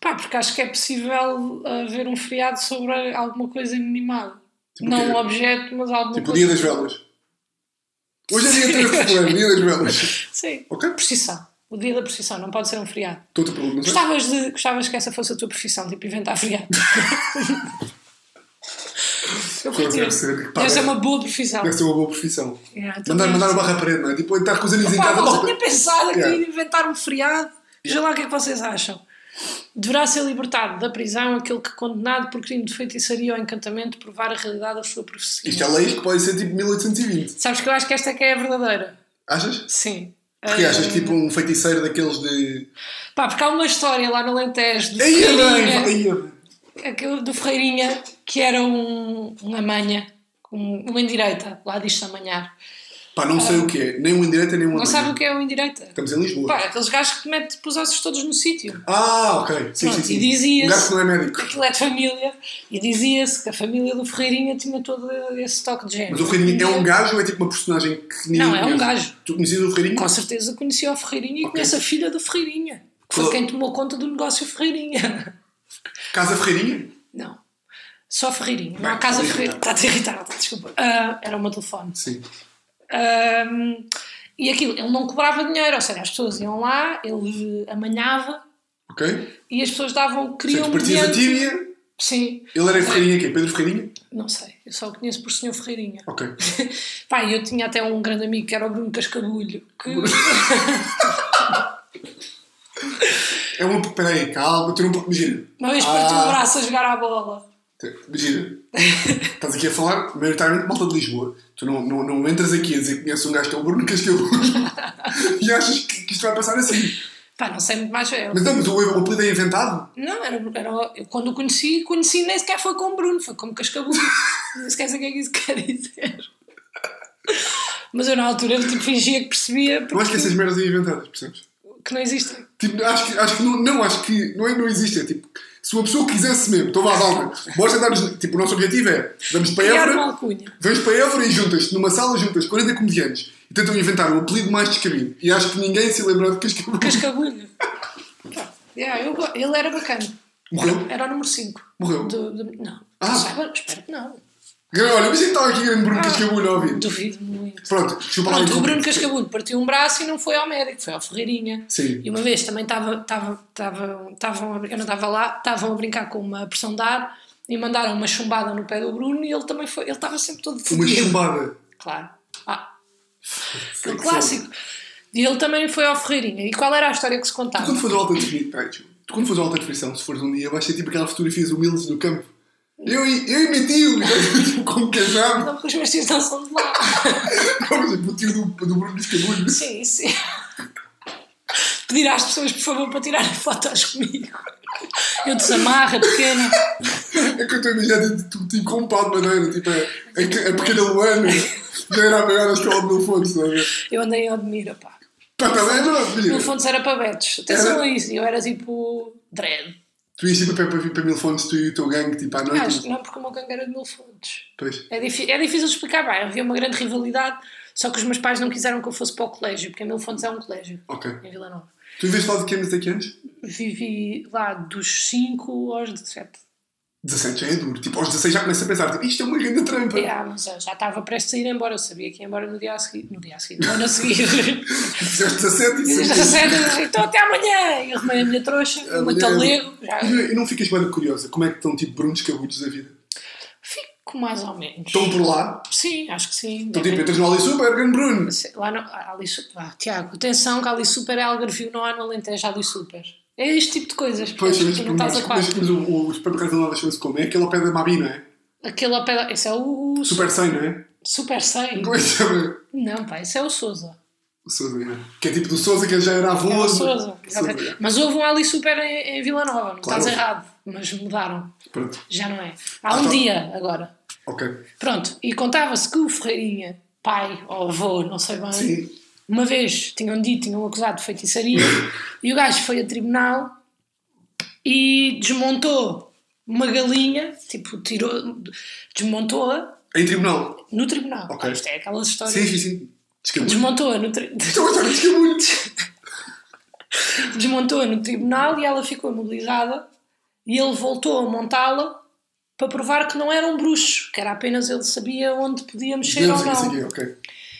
Pá, porque acho que é possível haver um feriado sobre alguma coisa inanimada. Tipo não o quê? um objeto, mas alguma Tipo o coisa. dia das velas. Hoje é dia 3 de fevereiro, dia das velas. Sim. Ok? Procissão. O dia da procissão, não pode ser um feriado. Estou-te a perguntar. Gostavas, de, gostavas que essa fosse a tua profissão, tipo inventar feriado. Eu Deve curtia. ser, pá, Deve ser deve- uma boa profissão. Deve ser uma boa profissão. Yeah, Mandar, também. mandar a barra à parede, não é? Tipo, estar com os aninhos em Pá, casa. malta, malta. tinha pensado que Yeah. ia inventar um feriado. Veja lá o que é que vocês acham. Deverá ser libertado da prisão aquele que, condenado por crime de feitiçaria ou encantamento, provar a realidade da sua profecia. Isto é leis que podem ser tipo 1820. Sabes que eu acho que esta é que é a verdadeira. Achas? Sim. Porque Ah, achas que tipo um feiticeiro daqueles de. Pá, porque há uma história lá no Alentejo do Aí é bem! Ferreirinha, Aí é bem! aquele do Ferreirinha, que era um, uma manha, um- uma indireita, lá diz-se amanhar. Pá, não sei o que é. Nem um indireito, nem um Não amanhã. sabe o que é uma indireita? Estamos em Lisboa. Pá, aqueles gajos que metem os ossos todos no sítio. Ah, ok. Sim, Pronto, sim, sim. e dizia-se- Um gajo que não é médico. aquilo é de família e dizia-se que a família do Ferreirinha tinha todo esse toque de género. Mas o Ferreirinho é um gajo ou é tipo uma personagem que ninguém Não, é um conhece? gajo. Tu conhecias o Ferreirinho? Com certeza conhecia o Ferreirinha e Ok. conhece a filha do Ferreirinha, que foi Claro. quem tomou conta do negócio Ferreirinha. Casa Ferreirinha? Não. Só Ferreirinha. Não há Bem, casa estou Ferreirinha. Está-te irritado, desculpa. Ah, era o meu telefone. Sim. Ah, e aquilo, ele não cobrava dinheiro, ou seja, as pessoas iam lá, ele amanhava Ok? e as pessoas davam, Portanto, queriam. partias da mediante- tíbia, Sim, ele era Ferreirinha quem? Pedro Ferreirinha? não sei, eu só o conheço por senhor Ferreirinha. Ok. Pá, eu tinha até um grande amigo que era o Bruno Cascabulho, que É uma. Peraí, calma, um tu não po- Imagina. uma vez partiu o Ah. braço a jogar à bola. Imagina. Estás aqui a falar, maioritariamente, malta de Lisboa. Tu não, não, não entras aqui a dizer que conheces um gajo que é o Bruno Castilho e achas que, que isto vai passar assim. Pá, não sei muito mais. Eu, Mas não, mas o, o apelido é inventado? não, era, era, eu quando o conheci, conheci nem sequer foi com o Bruno, foi como Cascabulho. não sei o que é que isso quer dizer. Mas eu na altura tipo, fingia que percebia Não porque, acho que essas merdas aí inventadas, percebes? que não existem. Tipo, acho que, acho que não, não, acho que não é não existe. É tipo, se uma pessoa quisesse mesmo, então vá, Valga, bora tentar. Tipo, o nosso objetivo é, vamos para Criar uma Évora, alcunha. vamos para Évora e juntas, numa sala juntas, 40 comediantes e tentam inventar um apelido mais descabido. E acho que ninguém se lembra de Cascabel. Cascabulho. Pá, yeah, eu go- ele era bacana. Morreu? Era o número 5. Morreu? não. Ah. Saiba, espero que não. Grande- Olha, mas então aqui grande Bruno Ah. Cascabel a ouvir. Duvido muito. Pronto, chupa lá Pronto, o interromper. Bruno Cascabulho partiu um braço e não foi ao médico, foi ao Ferreirinha. Sim. E uma vez também estava, estava, estava, estavam a brin- eu não estava lá, estavam a brincar com uma pressão de ar e mandaram uma chumbada no pé do Bruno e ele também foi, ele estava sempre todo Uma fodido. chumbada. Claro. Ah, Sei aquele que clássico. E ele também foi ao Ferreirinha. E qual era a história que se Tu contava? Ah, quando fores ao alta definição, peraí, Ju, tu quando fores ao alta definição, se fores um dia, vais ter tipo aquelas fotografias humildes no campo. Eu e, eu e meu tio, tipo, como casado, Não, porque os meus filhos não são de lá. como tipo, o tio do, do Bruno Escabulho. sim, sim. Pedir às pessoas, por favor, para tirarem fotos comigo. Eu desamarra, pequena. É que eu estou a imaginar tipo, tipo com um pau de madeira, tipo, a, a, que- a pequena Luana, já é era a maior é à escola do meu fonte, sabe? Eu andei a admira, pá. Pá, está Tá, bem, não, Mil filha. fontes era para Betos. Atenção Era? a isso. Eu era tipo dread. Tu ias sempre para, para, para mil fontes, tu e o teu gangue, tipo, à Ah, noite. não, porque o meu gangue era de mil fontes. Pois. É, difí- é difícil de explicar bem. Havia uma grande rivalidade, só que os meus pais não quiseram que eu fosse para o colégio, porque a mil fontes é um colégio Ok. em Vila Nova. Tu viveste lá de que anos a que anos? Vivi lá dos 5 aos 17. 17 já é duro. Tipo, aos 16 já começa a pensar, tipo, isto é uma grande trampa. É, ah, mas eu já estava prestes a ir embora. Eu sabia que ia embora no dia a seguir. No dia a seguir, no ano a seguir. Fizeste 17 e Dizes disseste, a sério, dizes, então até amanhã. E arrumei a minha trouxa, o meu Amanhã- talego. Já... E não- E não ficas bem curiosa como é que estão tipo Brunos Cabudos da vida? Fico mais ou menos. Estão por lá, Sim, acho que sim. estão Então tipo, entras no Ali Super, grande Bruno. Sei, Lá no, há ali, su- ah, Tiago, atenção que há ali super é Algarvio, não há no Alentejo, há ali super. É este tipo de coisas, Pois, porque mas, tu não estás a mas, mas, par. mas o, o supermercado de Nova chama-se como? É aquele ao pé da Mabi, não é? Aquele ao pé da- esse é o, o Super 100, não é? Super 100. Pois é, Não, pá, isso é o Souza. o Sousa, é. Que é tipo do Sousa, que ele já era avô. É o mas- Sousa. Sousa, Mas houve um ali super em, em Vila Nova, não Claro. estás errado. Mas mudaram. é. Pronto, Já não é. Há um então- dia agora. ok. Pronto, e contava-se que o Ferreirinha, pai ou avô, não sei bem, Sim. uma vez tinham dito, tinham acusado de feitiçaria, e o gajo foi a tribunal e desmontou uma galinha, tipo, tirou, desmontou-a é Em tribunal. no tribunal. Ok. Pá, Isto é aquelas histórias. Sim, sim, sim. Descabulte. Desmontou-a no, tri- Estou a gostar de descabulte. desmontou-a no tribunal e ela ficou imobilizada e ele voltou a montá-la para provar que não era um bruxo, que era apenas ele sabia onde podia mexer Não ou sei o que é isso não. aqui, ok.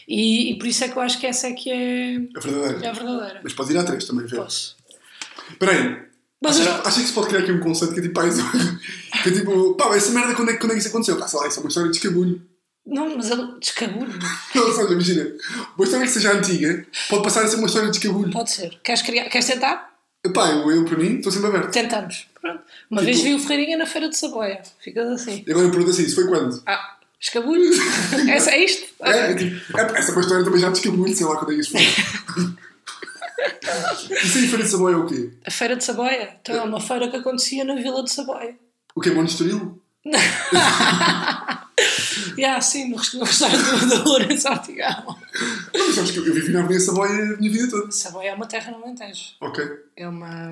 E, e por isso é que eu acho que essa é que é, É é a verdadeiro. verdadeira. Mas pode ir a três também, vê. Posso. Espera aí. Mas eu Achas, já- achas que se pode criar aqui um conceito que é tipo, pá, isso, que é tipo, pá, essa merda, quando é, que- quando é que isso aconteceu? Pá, sei lá, isso é uma história de escabulho. Não, mas ele descabulho. Não, sabes, imagina, uma história que seja antiga pode passar a ser uma história de escabulho. Pode ser. Queres, criar... Queres tentar? Pá, eu, eu, para mim, estou sempre aberto. Tentamos. Pronto. Uma Tipo- vez vi o Ferreirinha na Feira de Saboia. Ficas assim. E agora eu pergunto assim, isso foi quando? Ah, escabulho. Essa é isto? É, é tipo, é, pá, essa é uma história também já de escabulho, sei lá quando é que isso foi. isso aí diferença boa é o quê? A Feira de Saboia. Então é uma feira que acontecia na Vila de Saboia. O que é monostoril? E há assim no rest- no restaurante da Lourenço Ortigão. Não, mas sabes que eu, eu vivi na Avenida Savoia a minha vida toda. Saboia é uma terra no Alentejo. Ok. É uma...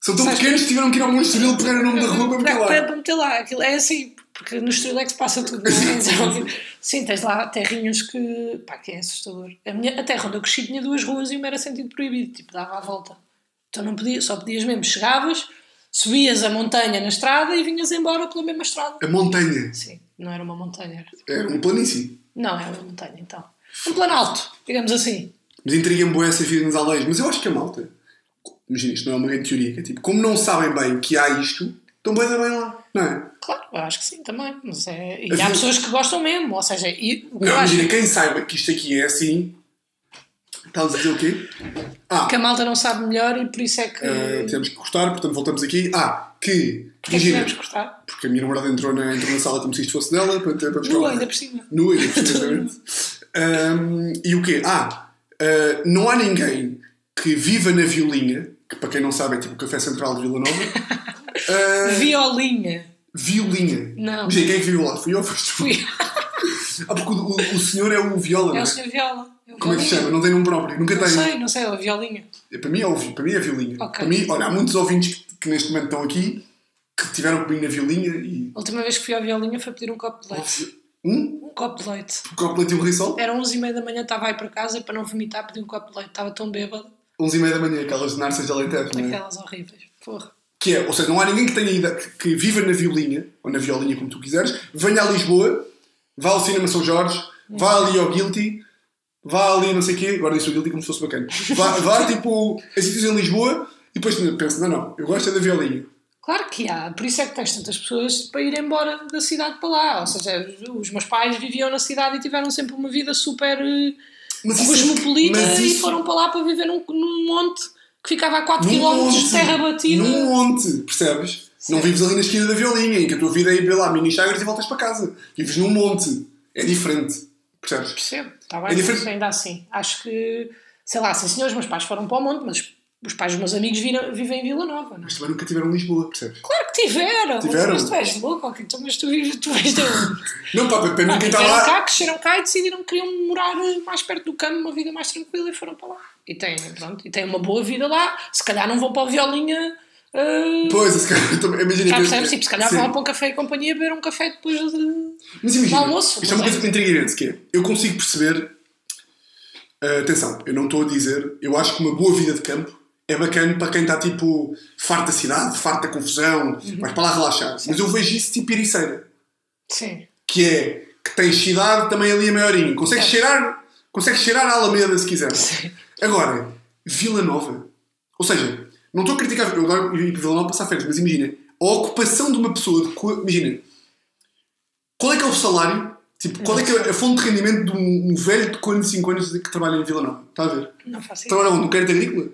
São tão Sabes- pequenos que tiveram que ir ao monostoril pegar o nome da rua para meter Para, lá. para meter lá. Aquilo é assim, porque no estilo é que se passa tudo. não é? Então, sim, tens lá terrinhos que. pá, que é assustador. A, minha, a terra onde eu cresci tinha duas ruas e uma era sentido proibido, tipo, dava a volta. Então não podias, só podias mesmo. Chegavas, subias a montanha na estrada e vinhas embora pela mesma estrada. A montanha. Sim, não era uma montanha. Era... tipo, É um planície. Não, era uma montanha, então. Um planalto, digamos assim. Mas intriga-me boa essa vida nas aldeias. Mas eu acho que a malta. Imagina, isto não é uma grande teoria. Que é tipo, como não sabem bem que há isto, estão bem, bem lá. Não é? Claro, eu acho que sim também. Mas é... E Havia- há pessoas que gostam mesmo, ou seja, e, o que eu Não, acho imagina, quem saiba que isto aqui é assim. Estás a dizer o quê? Ah, que a malta não sabe melhor e por isso é que. eh, tivemos que cortar, portanto voltamos aqui. Ah, que. Porque é que Imagina, tivemos que cortar? porque a minha namorada entrou na, entrou na sala como se isto fosse dela. Para, para buscar Nu lá. ainda por cima. Nua, precisamente. Ahm, e o quê? Ah, ah, não há ninguém que viva na Violinha, que para quem não sabe é tipo o Café Central de Vila Nova. Ah, Violinha. Violinha. Não. Imagina, quem é que viu lá? Fui eu, foste tu. Fui. Ah, porque o, o- o senhor é o Viola, não É é? o senhor Viola. o Como é que se Violinha. chama? Não tem nome próprio. Nunca Não tem. sei, não sei, é o Violinha. É, Para mim é ouvi, para mim é Violinha. Ok. Para mim, olha, há muitos ouvintes que, que neste momento estão aqui que tiveram comigo na Violinha e. A última vez que fui ao Violinha foi pedir um copo de leite. Um? Um copo de leite. Copo de leite e um risol? Era 11h30 da manhã, estava aí para casa para não vomitar, pedi um copo de leite. Estava tão bêbado. 11h30 da manhã, aquelas de Narcas de Alentejo, não é? Aquelas horríveis. Porra. que é, ou seja, não há ninguém que tenha ido, que- que viva na Violinha, ou na Violinha como tu quiseres, venha a Lisboa, vá ao Cinema São Jorge, vá ali ao Guilty, vá ali não sei o quê, agora disse o Guilty como se fosse bacana, vá, vá tipo a sítios em Lisboa e depois tipo, pensa, não, não, eu gosto é da Violinha. Claro que há, por isso é que tens tantas pessoas para ir embora da cidade para lá. Ou seja, os meus pais viviam na cidade e tiveram sempre uma vida super eh, Mas cosmopolita mas e isso- foram para lá para viver num, num monte que ficava a 4 num km monte, de terra batida. Num monte, percebes? Não Certo. vives ali na esquina da Violinha, em que a tua vida é ir ver lá mini chagres e voltas para casa. Vives num monte. É diferente, percebes? Percebo, está É bem, diferente. mas ainda assim. Acho que, sei lá, sim senhores, meus pais foram para o monte, mas os pais dos meus amigos viram- vivem em Vila Nova, não é? Mas também nunca tiveram Lisboa, percebes? Claro que tiveram! Tiveram. Mas tu és louco, ok? Então, mas tu vives, tu vens de onde? Não, pá, para mim Ah, quem está Viveram lá. cá, cresceram cá e decidiram que queriam morar eh, mais perto do campo, uma vida mais tranquila e foram para lá. E têm, pronto, e têm uma boa vida lá. Se calhar não vão para o Violinha... eh, Pois, se calhar, também- imagina. já que- percebes? Tipo, se calhar Sim. vão para um café e companhia beber um café depois de... Mas imagina, para o almoço, isto é uma mas coisa que me intriga imenso, que é, eu consigo perceber, ah, atenção, eu não estou a dizer, eu acho que uma boa vida de campo é bacana para quem está, tipo, farto da cidade, farto da confusão, Uhum. vais para lá relaxar. Mas eu vejo isso, tipo, Ericeira, Sim. que é, que tens cidade também ali a maiorinho, consegues cheirar, consegues cheirar a Alameda, se quiser. É. Sim. Agora, Vila Nova. Ou seja, não estou a criticar, eu adoro ir para Vila Nova passar férias, mas imagina, a ocupação de uma pessoa, de co- imagina, qual é que é o salário, tipo, qual é que é a fonte de rendimento de um, um velho de 45 anos que trabalha em Vila Nova? Está a ver? Não faço ideia. Trabalha onde? No crédito agrícola?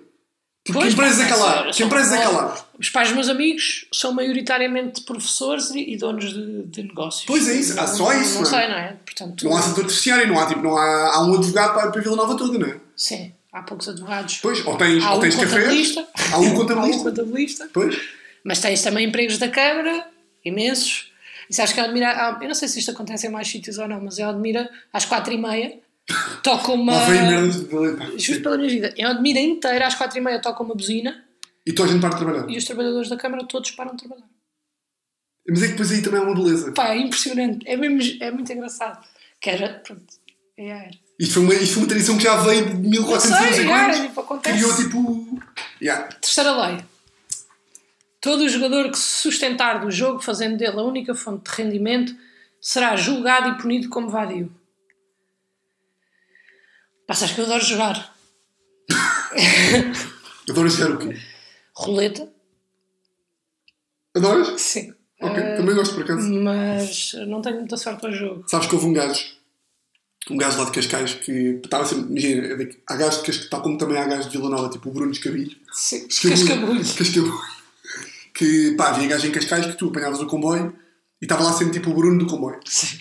Porque que Pois, empresas é mas que há lá? são- Que são empresas é que há lá? futebol. Os pais dos meus amigos são maioritariamente professores e, e donos de, de negócios. Pois é isso, há só isso, Não, não é? sei, não é? Portanto, Não há setor terciário, não há, tipo, não há, há um advogado para, para Vila Nova toda, não é? sim, há poucos advogados. Pois, ou tens, há ou um tens cafés, contabilista. há um contabilista. Há um contabilista. Pois, Mas tens também empregos da Câmara, imensos. E sabes que a Admira, eu não sei se isto acontece em mais sítios ou não, mas a Admira, às quatro e meia, toca uma. lá vem merdas de Belém. Juro pela minha vida, em Admira inteira, às quatro e meia, toca uma buzina E toda a gente para de trabalhar. e os trabalhadores da Câmara todos param de trabalhar. Mas é que depois aí também é uma beleza. Pá, é impressionante, é mesmo, é muito engraçado. Que era, pronto, é, era. Isto foi, uma, isto foi uma tradição que já veio de Não 1400 anos sei, e era, quantos. tipo, acontece. Criou tipo. Yeah. Terceira lei. Todo jogador que se sustentar do jogo fazendo dele a única fonte de rendimento será julgado e punido como vadio. Passas que eu adoro jogar Adoras jogar o quê? roleta, Adoras? sim, Ok, Eh, também gosto por acaso. Ah, mas não tenho muita sorte ao jogo. Sabes que houve um gajo, um gajo lá de Cascais que estava sempre. Imagina, é de- há gajos de Cascais, tal como também há gajos de Vila Nova, tipo o Bruno Escabilho. Sim, Cascabulho. cascabulho. Cascabulho. Que pá, havia gajo em Cascais que tu apanhavas o comboio e estava lá sempre tipo o Bruno do comboio. Sim.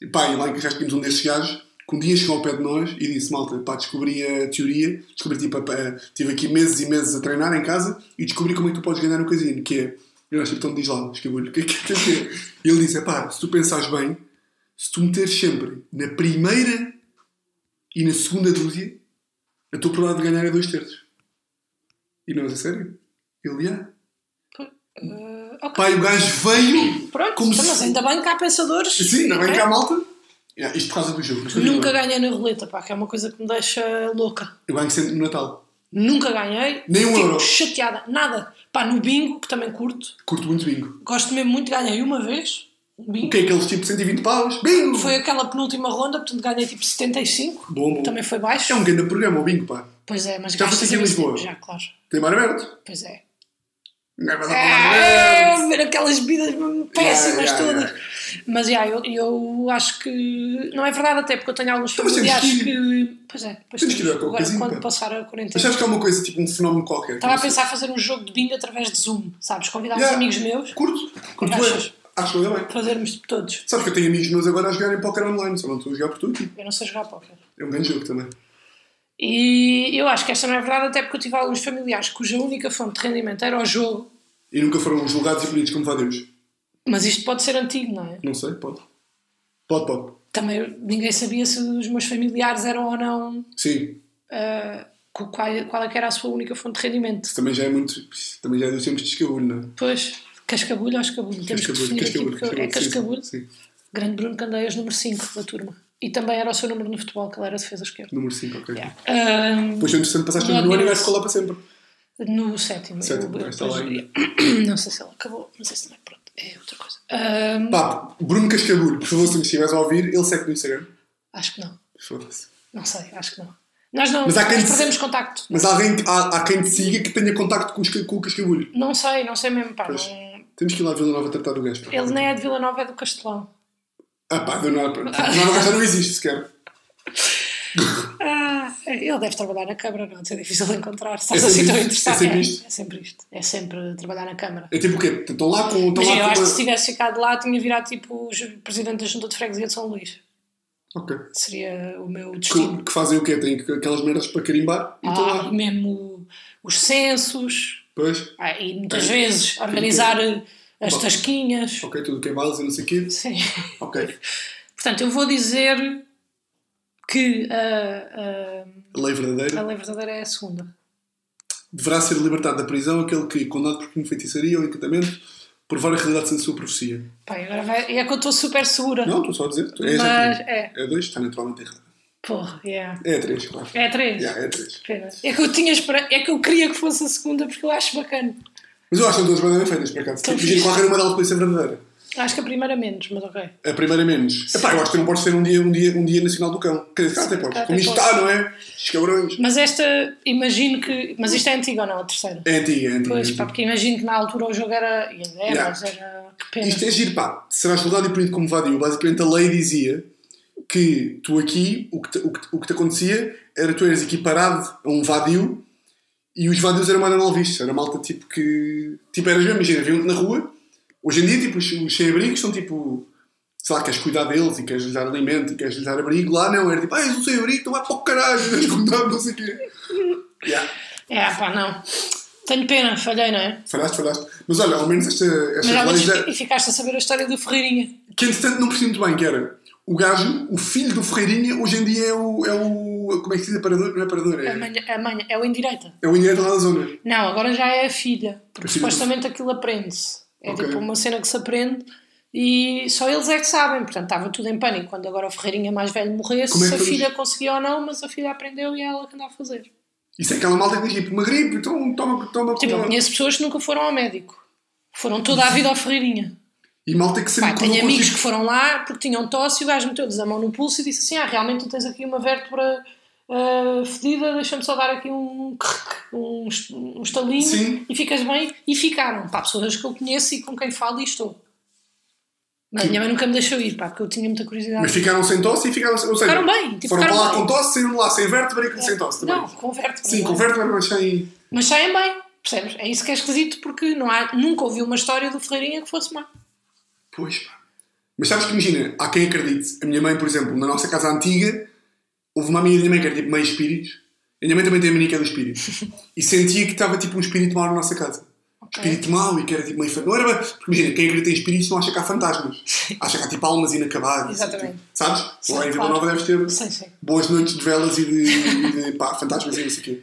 E pá, e lá em Cascais tínhamos um desses gajos que um dia chegou ao pé de nós e disse: Malta, pá, descobri a teoria, descobri tipo, a, a, tive aqui meses e meses a treinar em casa e descobri como é que tu podes ganhar no casino, que é. Eu acho que então diz lá, escabulho, o que é que que é que é? E ele disse: pá, se tu pensares bem, se tu meteres sempre na primeira e na segunda dúzia, a tua probabilidade de ganhar é dois terços. E nós, a sério? Ele, ah. Ah, ok. Pai, o gajo veio. Pronto, Como então, se- mas ainda bem que há pensadores. Sim, ainda bem não é? que há malta. Yeah, isto por causa do jogo. mas continua. Nunca ganhei na roleta, pá, que é uma coisa que me deixa louca. Eu ganho sempre no Natal. Nunca ganhei. Nem um Fico euro. chateada. Nada. Pá, no bingo, que também curto. Curto muito bingo. Gosto mesmo muito. Ganhei uma vez. Um O bingo. que é aqueles tipo 120 paus? Bingo! Foi aquela penúltima ronda, portanto ganhei tipo 75. Bom, bom. Também foi baixo. É um grande programa, o bingo, pá. Pois é, mas Já gasto foste aqui em sempre Lisboa? assim. Já, claro. Tem bar aberto. Pois é. Não é vai dar para bar aberto. Ah, ver aquelas bebidas mesmo péssimas yeah, todas. Mas já, eu, eu acho que. Não é verdade, até porque eu tenho alguns Então, mas temos familiares que que. Pois é, pois Temos que ir ao Agora, casino, quando pá. passar a Mas quarentena. sabes que há uma coisa, tipo um fenómeno qualquer. Estava a Não sei. pensar fazer um jogo de bingo através de Zoom, sabes? Convidar Yeah. os amigos meus, Curto. Curto Achas? é. Acho eu bem. fazermos tipo, todos. Sabes que eu tenho amigos meus agora a jogarem póquer online, só não estou a jogar por tudo. tipo. Eu não sei jogar póquer. É um grande jogo também. E eu acho que esta não é verdade, até porque eu tive alguns familiares cuja única fonte de rendimento era o jogo. E nunca foram julgados e punidos como vá Deus. Mas isto pode ser antigo, não é? Não sei, pode. Pode, pode. Também ninguém sabia se os meus familiares eram ou não. Sim. ah, cu- qual, qual é que era a sua única fonte de rendimento? Isso também já é muito. isso Também já é dos tempos de escabulho, não é? Pois, cascabulho ou escabulho? Temos que Cascabulho, definir aqui porque é sim, sim, cascabulho. Sim, Grande Bruno Candeias, número 5 da turma. E também era o seu número no futebol, que ele era defesa esquerda. Número 5, ok. Ah, Depois, entretanto, passaste Não no ano e o admiro-se. gajo ficou lá para sempre. No sétimo. Sétimo, eu- eu- está lá ainda. Não sei se ele acabou, não sei se não é pronto. É outra coisa. Ahm, Pá, Bruno Cascabulho, por favor, se me estiveres a ouvir, ele segue no Instagram. acho que não. Foda-se. Não sei, acho que não. Nós não Mas há quem nós te- perdemos contacto. Mas há, alguém, há, há quem te siga que tenha contacto com, os ca- com o Cascabulho. Não sei, não sei mesmo, pá. Pois. não- Temos que ir lá a Vila Nova tratar do gajo. pá. Ele nem é de Vila Nova, é do Castelão. Ah pá, do nada. pá. Do nada o gajo já não existe sequer. Ah, ele deve trabalhar na Câmara, não é difícil de encontrar. Se É estás assim tão sempre isto, interessado, é sempre é, isto. é sempre isto. É sempre trabalhar na Câmara. É tipo o quê? Estão lá com. Estão Imagina, eu lá acho com que se tivesse ficado lá, tinha virado tipo o presidente da Junta de Freguesia de São Luís. Ok. Seria o meu destino. Que, que fazem o quê? Têm aquelas merdas para carimbar e então estão Ah, lá. e mesmo os censos, Pois. ah, e muitas Tem- vezes organizar as é, Bom. tasquinhas. Ok, tudo queimados e não sei o quê. Sim. Ok. Portanto, eu vou dizer que ah, A lei verdadeira. ah, a lei verdadeira é a segunda. deverá ser libertado da prisão aquele que, condenado por crime de feitiçaria ou encantamento, provar a realidade da sua profecia. Pai, agora vai... é que eu estou super segura. Não, estou só a dizer. tu- É, mas já te é. digo. é dois, está naturalmente errado. Porra, yeah. É três, claro. é a três. Já, é três. Pena. É que eu tinha espera... é que eu queria que fosse a segunda porque eu acho bacana. Mas eu acho que são duas bandas bem feitas, por acaso. Então, Imagina, fixe. qualquer uma delas pode ser verdadeira. Acho que a primeira menos, mas ok. A primeira é menos. Epá, eu acho que não pode ser um dia, um dia, um dia nacional do cão. Quer dizer, cá até cá pode. até Como isto pode. está, não é? Os cabrões. Mas esta, imagino que. Mas isto é antigo ou não? A terceira? É antiga, é antiga. é Pois, antiga. pá, porque imagino que na altura o jogo era. E ainda é, Yeah. mas era. Que pena. Isto é giro, pá. Serás soldado e punido como vadio. Basicamente, a lei dizia que tu aqui, o que te, o que te- o que te acontecia era tu eras equiparado a um vadio E os vândios eram mais mal vistos, era malta tipo que. Tipo, eras mesmo, imagina, viam-te na rua. Hoje em dia, tipo, os, os sem-abrigos são tipo. Sei lá, queres cuidar deles e queres lhes dar alimento e queres lhes dar abrigo. Lá não, era tipo, ah, és um sem-abrigo, então vai para o caralho, és condenado, não sei o quê. Yeah. É, pá, não. Tenho pena, falhei, não é? Falhaste, falhaste. Mas olha, ao menos esta, Mas esta ao menos história já- fi- ficaste a saber a história do Ferreirinha. Que entretanto não percebi muito bem, que era o gajo, o filho do Ferreirinha, hoje em dia é o. É o como é que se diz? Aparador? Não é aparador? A É, mãe, a mãe é o indireita. é o engenheiro lá da zona. Não, agora já é a filha. Porque A filha do- supostamente aquilo aprende-se. É Ok. tipo uma cena que se aprende e só eles é que sabem. Portanto, estava tudo em pânico. Quando agora o Ferreirinha mais velho morresse, Como é que se a foi? filha conseguia ou não, mas a filha aprendeu e é ela que andava a fazer. Isso é aquela malta que diz tipo, uma gripe, então toma, toma. Tipo, eu cola. conheço pessoas que nunca foram ao médico. Foram toda a vida ao Ferreirinha. E malta que Pá, sempre tenho curou com amigos tipo- que foram lá porque tinham tosse e o gajo meteu-lhes a mão no pulso e disse assim: Ah, realmente tu tens aqui uma vértebra ah, fedida, deixa-me só dar aqui um, crrc, um, est- um estalinho Sim. e ficas bem. E ficaram. Pá, pessoas que eu conheço e com quem falo e estou. Mas a minha mãe nunca me deixou ir, pá, porque eu tinha muita Mas curiosidade. ficaram sem tosse e ficaram. Ou seja, Ficaram bem, tipo, foram ficaram para lá bem. É. com tosse, saíram de lá sem vértebra e sem tosse também. não, com vértebra. Sim, não é? com vértebra, mas sem. Mas saem bem, percebes? É isso que é esquisito porque não há, nunca ouvi uma história do Ferreirinha que fosse má. Pois pá. Mas sabes que imagina, há quem acredite. A minha mãe, por exemplo, na nossa casa antiga, houve uma amiga da minha mãe que era tipo meio espíritos. A minha mãe também tem a mania que é dos espíritos. e sentia que estava tipo um espírito mau na nossa casa. Ok. Espírito mau e que era tipo meio. fa- Não era bem. Porque imagina, quem acredita em espíritos não acha que há fantasmas. Acha que há tipo almas inacabadas. Exatamente. Tipo, sabes? Sim, Lá em Vila claro. Nova deves ter Sim, sim. boas noites de velas e de, e de, pá, fantasmas e não sei o quê.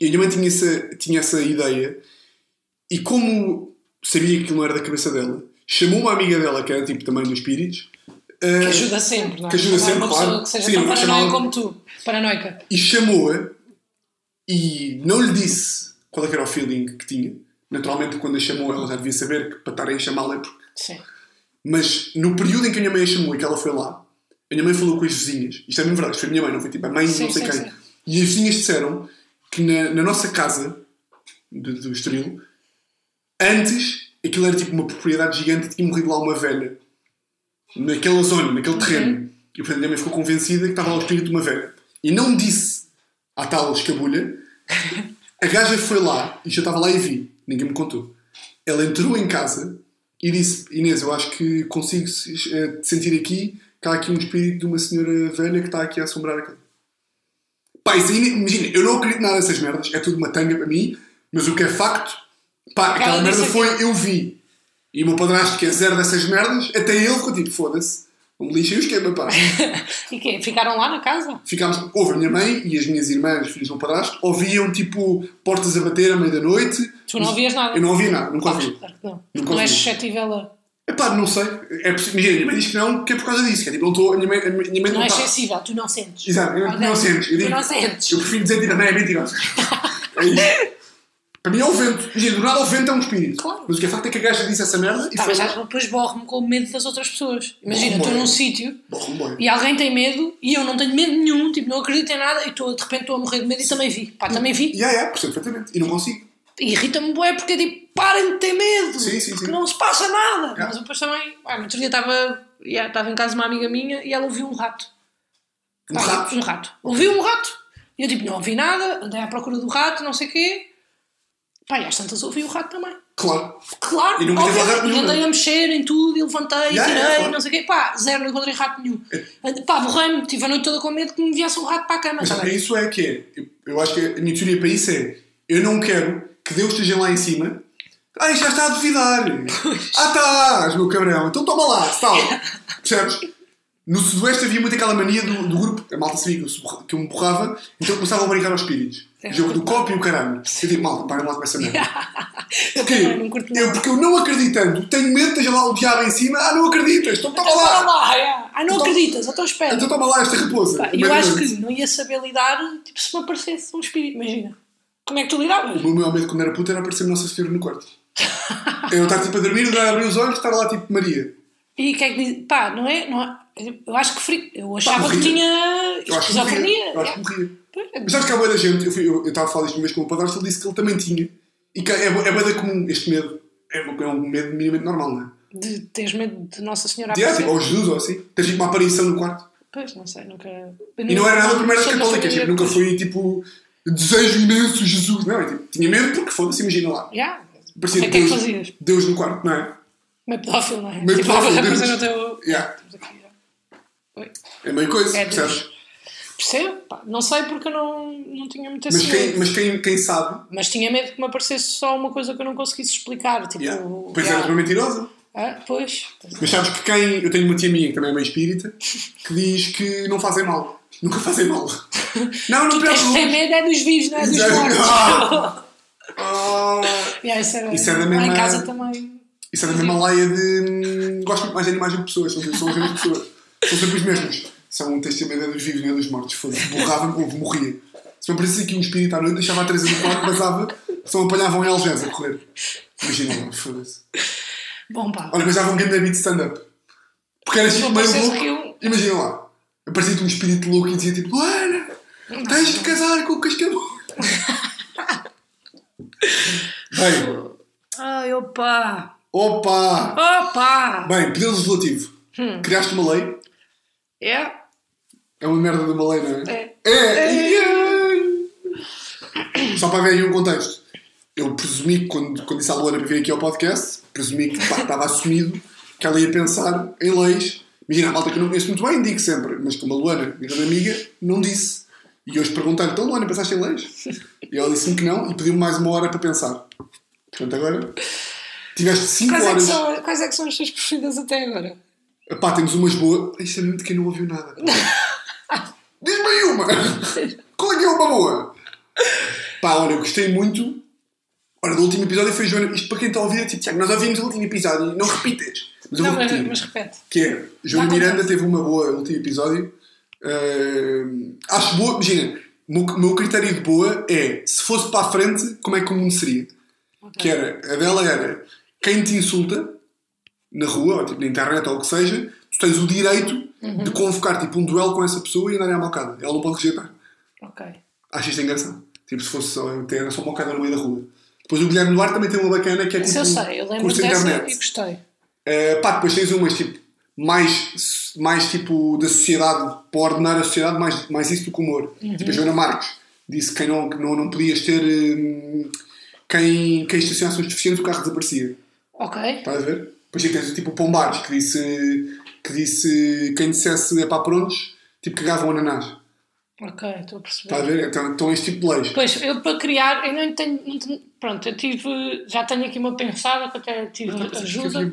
E a minha mãe tinha essa, tinha essa ideia e como sabia que aquilo não era da cabeça dela, chamou uma amiga dela, que era tipo também dos espíritos, ah, Que ajuda sempre, não é? Que ajuda Não é sempre, uma pessoa claro. que seja Sim, tão não vai paranoica chamar alguém- como tu. Paranoica. e chamou-a e não lhe disse qual é que era o feeling que tinha. Naturalmente, quando a chamou, ela já devia saber que para estarem a chamá-la é porque Sim. Mas no período em que a minha mãe a chamou e que ela foi lá, a minha mãe falou com as vizinhas. Isto é mesmo verdade, isto foi a minha mãe, não foi tipo a mãe de Sim, não sei sim, quem. sim. E as vizinhas disseram que na, na nossa casa de- do Estoril, antes aquilo era tipo uma propriedade gigante tinha morrido lá uma velha. Naquela zona, naquele terreno. E portanto a minha mãe ficou convencida que estava lá o espírito de uma velha. E não disse à tal escabulha. A gaja foi lá, e eu estava lá e vi, ninguém me contou. Ela entrou em casa e disse: Inês, eu acho que consigo eh, sentir aqui que há aqui um espírito de uma senhora velha que está aqui a assombrar a casa. Pá, isso aí, nem- imagina, eu não acredito nada nessas merdas, é tudo uma tanga para mim, mas o que é facto, pá, aquela Ela disse merda foi, aquilo. eu vi. E o meu padrasto, que é zero dessas merdas, até ele ficou tipo: foda-se, um lixo e o esquema, pá. E quê? Ficaram lá na casa? Ficámos, houve a minha mãe e as minhas irmãs, filhos do meu padrasto, ouviam tipo portas a bater à meia-noite. Tu não ouvias nada? Eu não ouvia nada, nunca Claro, ouvi. claro que não. Nunca não és ouvi. suscetível a. Epá, não sei. É possi- Imagina, a minha mãe diz que não, que é por causa disso. Que é tipo, não estou. A minha mãe, a minha mãe Não não és tá- sensível, tu não sentes. Exato, eu, Ok. não sentes. Eu, Tu digo, não sentes. eu prefiro dizer tipo, não é mentirosa. é isso. Para mim é o vento. Imagina, do nada o vento é um espírito. Claro. Mas o que é facto é que a gaja disse essa merda e Tá, foi. mas já depois borro-me com o medo das outras pessoas. Imagina, Borro-me. estou num sítio Bom, bom. e alguém tem medo e eu não tenho medo nenhum, tipo, não acredito em nada e estou- de repente estou a morrer de medo e também vi. Pá, também vi. E é, é, percebo perfeitamente. E não consigo. E irrita-me bué porque é tipo, parem de ter medo, Sim, sim, porque sim. não se passa nada. Yeah. Mas depois também, ah, no outro dia estava yeah, estava em casa de uma amiga minha e ela ouviu um rato. Um Pá, rato. Um rato. Ouvi um rato. E eu tipo, não ouvi nada, andei à procura do rato, não sei o quê. Pá, e às tantas ouvi o rato também. Claro. Claro, E nunca teve óbvio, rato e nenhum, andei não é? a mexer em tudo, e levantei, e Yeah, tirei, yeah, claro. não sei o quê. Pá, zero, não encontrei rato nenhum. Ande- Pá, borrei-me, tive a noite toda com medo que me viesse um rato para a cama. Mas tá para bem? isso é que é. Eu, eu acho que a minha teoria para isso é: eu não quero que Deus esteja lá em cima. Ai, já está a duvidar. Ah, estás, meu cabrão. Então toma lá, sal. Percebes? No Sudoeste havia muito aquela mania do, do grupo, a malta sabia que eu, se borra- que eu me borrava, então começava a brincar aos espíritos. É. Jogo do copo e o caralho. Eu digo, malta, parem lá com essa merda. Eu Porquê? também não curto eu, nada. porque eu não acreditando, tenho medo que esteja lá o diabo em cima. Ah, não acreditas, então toma Então, bora lá. lá, yeah. Ah, não Então- acreditas, então espera. Então toma lá esta raposa. é Pá, Mas, eu acho mas, que não ia saber lidar tipo, se me aparecesse um espírito. Imagina. Como é que tu lidavas? O meu maior medo quando era puta era aparecer Nossa Senhora no quarto. Eu estar tipo a dormir, eu abrir os olhos, estar lá tipo Maria. E o que é que diz? Pá, não é? Não é- eu acho que fri... Eu achava que morria. tinha Eu acho que morria. esquizofrenia. Eu acho que é. morria. Pois, é. Mas sabes que há boa da gente, eu fui- eu eu estava a falar isto uma vez com o padrasto, ele disse que ele também tinha. E que é, bué- é boa da comum este medo. É, bo- é um medo minimamente normal, não é? De teres medo de Nossa Senhora De, ah, aparecer. tipo, ou Jesus ou assim. Tens tipo uma aparição no quarto. Pois, não sei, nunca. E não era nada de primeiras Sou da católicas, família- tipo, nunca fui tipo Eu desejo imenso Jesus. Não, eu tipo, tinha medo porque foda-se, imagina lá. Yeah. Parecia Como é que é que Deus, fazias? Deus no quarto, não é? Meio pedófilo, não é? Meio tipo, pedófilo, a coisa Deus. no teu. Yeah. Estamos aqui, já. Oi. É meio coisa, É percebes? Deus. Percebo? Pá, não sei porque eu não, não tinha muito Mas, assim. quem, mas quem, quem sabe, Mas tinha medo que me aparecesse só uma coisa que eu não conseguisse explicar. Tipo, yeah. é o- pois yeah. eras uma mentirosa. Ah, pois. Mas sabes que quem. Eu tenho uma tia minha que também é meio espírita que diz que não fazem mal. Nunca fazem mal. Não, não te Tens de ter preocupes. medo é dos vivos, não é dos Exato. mortos. Ah, yeah, isso, era, Isso é da lá mesma- em casa também. isso é da mesma laia de. hum, Gosto muito mais de animais do que pessoas. São, são as mesmas pessoas. São sempre os mesmos. São tens de ter medo é dos vivos, não é dos mortos. Foda-se. Borrava-me ou morria. Se me aparecesse aqui um espírito à noite, deixava a Teresa no quarto, vazava, só me apanhavam em algés a correr. Imagina, lá, foda-se. Bom, pá. Olha, mas já vão grande beat de stand-up. Porque era Não tipo meio pareces louco. rio. Imagina lá. Aparecia-te um espírito louco e dizia tipo, Luana, tens de casar com o Cascador. Bem, Ai, opa! opa! Opa! Bem, poder legislativo. Criaste uma lei. É? É uma merda de uma lei, não é? É. É! Yeah. Só para ver aí um contexto. Eu presumi que quando, quando disse à Luana para vir aqui ao podcast, presumi que pá, estava assumido que ela ia pensar em leis. Imagina, a malta que eu não conheço muito bem, digo sempre, mas como a Luana, minha grande amiga, não disse. E hoje perguntei-lhe, então Luana, pensaste em leis? E ela disse-me que não e pediu-me mais uma hora para pensar. Portanto, agora tiveste 5 Quais é, que horas. são, quais é que são as tuas preferidas até agora? Pá, temos umas boas. Isto é mesmo de quem não ouviu nada. tá? Diz-me aí uma! Qual é que é uma boa? Pá, olha, eu gostei muito. Ora, do último episódio foi Joana. Isto para quem está a ouvir é tipo, Tiago, nós ouvimos o último episódio e não repitas. Mas eu Não, vou mas, repetir. mas repete. Que é, Joana Dá Miranda conta. teve uma boa no último episódio. Ahm, acho boa, imagina, o meu, o meu critério de boa é se fosse para a frente, como é que o mundo seria? Que era, a dela era quem te insulta na rua, ou tipo na internet ou o que seja, tu tens o direito Uhum. de convocar tipo um duelo com essa pessoa e andarem à mocada. Ela não pode rejeitar. Ok. Acho isto engraçado. Tipo, se fosse só, ter só mocada no meio da rua. Depois o Guilherme Duarte também tem uma bacana que é Isso tipo eu um sei, eu lembro curso de dessa internet. e gostei. Uh, pá, depois tens umas tipo mais, mais tipo da sociedade, para ordenar a sociedade, mais, mais isso do que o humor. Uhum. Tipo a Joana Marques disse que quem não, que não, não podias ter hum, quem, quem estacionasse os deficientes o carro desaparecia. Ok. Estás a ver? Depois tens tipo o Pombares que disse que disse quem dissesse é para prontos, tipo cagavam ananás. Ok, estou a perceber. Estás a ver? Então, então este tipo de leis. Pois, eu para criar, eu não tenho, não tenho- Pronto, eu tive. Já tenho aqui uma pensada que até tive tá, ajuda.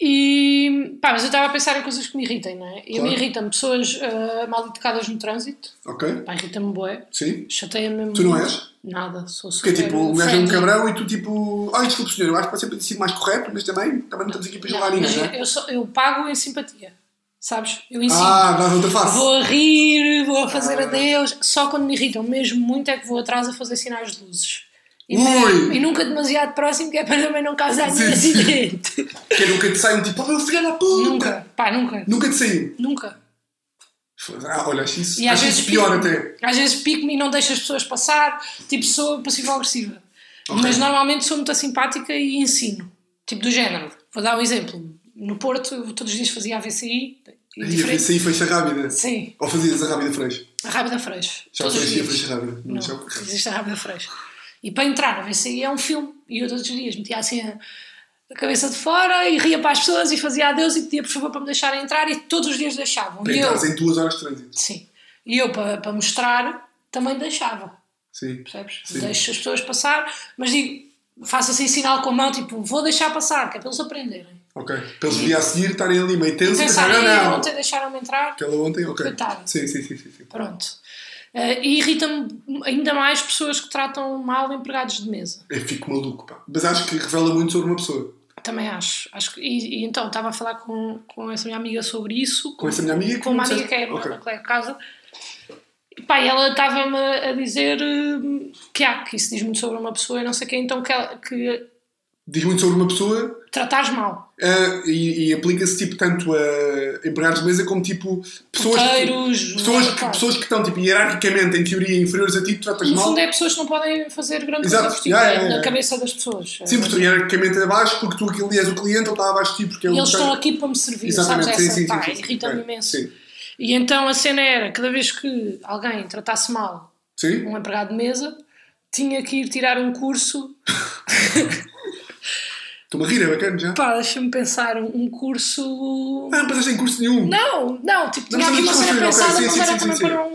E. Pá, mas eu estava a pensar em coisas que me irritem, não é? E Claro. me irritam pessoas ah, mal educadas no trânsito. Ok? Pá, irrita-me bué. Sim? Chateia-me mesmo. Tu não muito. és? Nada, sou Porque super. é tipo, o gajo é um friendly. cabrão e tu tipo, ai desculpe senhor, eu acho que pode ser ter sido mais correto, mas também, também não estamos aqui para Não, julgar ninguém, mas não eu, é? eu só- eu pago em simpatia, sabes? Eu ensino. Ah, dás outra face. Vou a rir, vou a fazer Ah. adeus. Só quando me irritam mesmo muito é que vou atrás a fazer sinais de luzes. E, Ui! mesmo- e nunca demasiado próximo, que é para também não causar nenhum Sim, sim. acidente. Que nunca te saiu tipo, oh meu filho da puta! nunca, pá, nunca, Nunca te saiu. nunca. Ah, olha, acho isso, E às acho vezes isso pior pico. até. Às vezes pico-me e não deixo as pessoas passar, tipo, sou passivo-agressiva. Ok. Mas normalmente sou muito simpática e ensino. Tipo, do género. Vou dar um exemplo. No Porto, eu todos os dias fazia AVCI. E E a diferente. fecha fecha rápida. Sim, Ou fazias a rápida frecha. a Rábida Freixo. Já todos os fazia a dias. fecha rápida. Não, Não. já- existe a Rábida Freixo. E para entrar na VCI é um filme. E eu todos os dias metia assim a, a cabeça de fora e ria para as pessoas e fazia adeus e pedia por favor para me deixarem entrar e todos os dias deixavam. Para E eu, entrares em duas horas de trânsito. sim. E eu para, para mostrar também deixava. Sim. Percebes? Sim. Deixo as pessoas passar, mas digo, faço assim sinal com a mão, tipo, vou deixar passar, que é para eles aprenderem. Ok. Para eles no dia a seguir estarem ali meio E tensos e pensar, pensarem, "Ei, não, não. ontem deixaram-me entrar, Aquela ontem, ok. Coitado. Sim, sim, sim, sim. sim. pronto. Eh, e irrita-me ainda mais pessoas que tratam mal empregados de mesa. Eu fico maluco, pá. Mas acho que revela muito sobre uma pessoa. Também acho. acho que, e, e então, estava a falar com, com essa minha amiga sobre isso. Com essa minha amiga que Com uma não amiga que é disseste? irmã Ok. da colega de casa. E, pá, e ela estava-me a dizer hum, que há, que isso diz muito sobre uma pessoa e não sei o quê. Então, que, ela- que Diz muito sobre uma pessoa tratares mal. Ah, e, e aplica-se tipo tanto a empregados de mesa como tipo pessoas Porteiros, que, pessoas, que, claro. pessoas que estão tipo hierarquicamente em teoria inferiores a ti tu tratas No mal fundo, é pessoas que não podem fazer grande Exato. coisa por ti, Yeah, é yeah, na yeah. cabeça das pessoas. sim porque tu hierarquicamente abaixo porque tu aquilo és o cliente ele está abaixo de ti porque é e o eles cara. estão aqui para me servir, exatamente sabes? sim, Essa, sim, pá, sim, sim, sim. irrita-me Ok. imenso. sim. E então a cena era, cada vez que alguém tratasse mal Sim? um empregado de mesa, tinha que ir tirar um curso, Estou-me a rir, é bacana já. pá, deixa-me pensar, um um curso... Ah, não pensaste em curso nenhum. Não, não, tipo, tinha Não, aqui uma mas cena desculpa, ok, pensada, sim, mas sim, era sim, também sim, para um...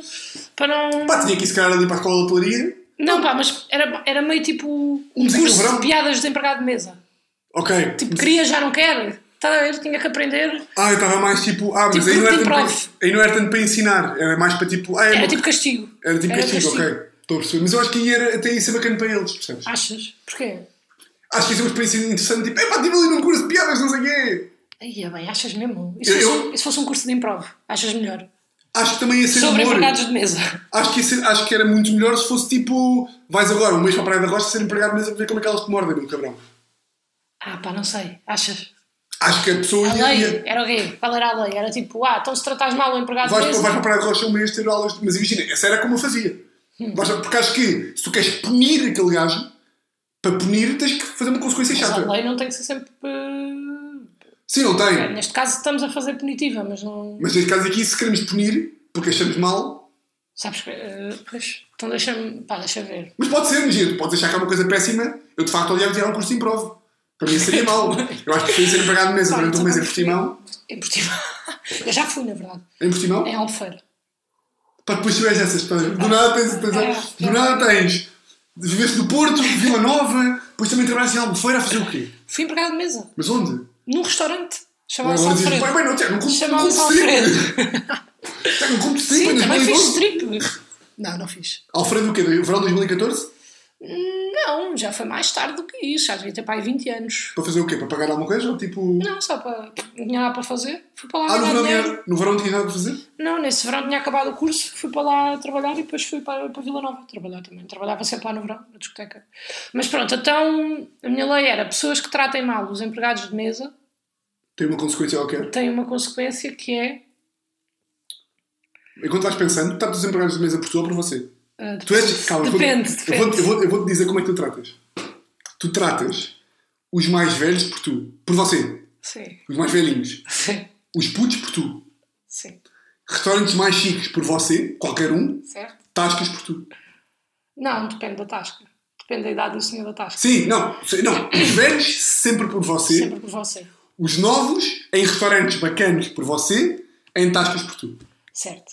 Para um... Pá, tinha que ir se calhar ali para a escola de hotelaria. Não, pá, mas era, era meio tipo um ciclo curso verão? Um de piadas de empregado de mesa. Ok. Tipo, queria, já não quer. Estás a ver? Tinha que aprender. Ah, eu estava mais tipo. Ah, mas Tipo aí, não era grupo tanto de para, improv. aí não era tanto para ensinar. Era mais para tipo. Ah, é Era uma- tipo castigo. era tipo era castigo, castigo. ok. Estou a perceber. Mas eu acho que aí era, até ia ser bacana para eles, percebes? Achas? Porquê? Acho que ia ser uma experiência interessante. Tipo, epá, estive ali num curso de piadas, não sei o quê. Aí é bem, achas mesmo? E se, Eu- fosse, eu- um- e se fosse um curso de improv? Achas melhor? Acho que também ia ser Sobre humor. empregados de mesa. Acho que, ia ser- acho que era muito melhor se fosse tipo. Vais agora um mês para a Praia da Rocha ser empregado mesmo a ver como é que elas te mordem, meu cabrão. Ah, pá, não sei. Achas? Acho que a pessoa A ia. lei ia era o quê? Qual era a lei? Era tipo, ah, então se tratares mal o empregado vais, de para, mesa. vais para a Praia da Rocha um mês ter aulas. de- Mas imagina, essa era como eu fazia. Vais- Porque acho que se tu queres punir aquele gajo, para punir tens que fazer uma consequência Mas chata. a lei não tem que ser sempre. eh, Sim, não tem. Neste caso estamos a fazer punitiva, mas não. Mas neste caso aqui, se queremos punir, porque achamos mal, Sabes que. eh, pois. Então deixa-me. Pá, deixa ver. mas pode ser, imagina, tu podes achar que é uma coisa péssima, eu de facto odiava tirar um curso de improv. Para mim seria mal. Eu acho que preferia ser empregado de mesa Pá, durante um então mês em vamos Portimão, Em Portimão. Eu já fui, na verdade. em Portimão, Em Albufeira. para depois tiveres essas para- Do nada tens, tens- do nada tens. Viveste no Porto, Vila Nova, depois também trabalhaste em Albufeira a fazer o quê? Fui empregado de mesa. Mas onde? Num restaurante. Chamava-se Agora dizes, bem, é Alfredo. bem, não, Tiago, não cumpre não um Chamava-se cumpre strip. Alfredo. Tiago, Não cumpre strip Sim, em também fiz 2012. strip. Não, não fiz. Alfredo o quê? Do Verão de 2014? Não, já foi mais tarde do que isso. Já devia ter pai 20 anos. Para fazer o quê? Para pagar alguma coisa? Ou tipo... Não, só para. Não tinha nada para fazer. Fui para lá Ah, no ganhar verão, dinheiro. tinha- no verão não tinha nada para fazer? Não, nesse verão tinha acabado o curso. Fui para lá trabalhar e depois fui para, para Vila Nova trabalhar também. Trabalhava sempre lá no verão, na discoteca. Mas pronto, então a minha lei era pessoas que tratem mal os empregados de mesa Tem uma consequência qualquer. têm uma consequência que é. Enquanto vais pensando, está os empregados de mesa por tu ou por você? ah, Tu és. Calma, eu vou- depende, eu depende. vou-te eu vou, eu vou dizer como é que tu tratas. Tu tratas os mais velhos por tu. Por você. Sim, Os mais velhinhos. sim, Os putos por tu. sim. Restaurantes mais chiques por você, qualquer um. Certo? Tascas por tu. Não, depende da tasca. Depende da idade do senhor da tasca. Sim, não. se- Não. Os velhos sempre por você. Sempre por você. Os novos em restaurantes bacanos por você. Em tascas por tu. Certo.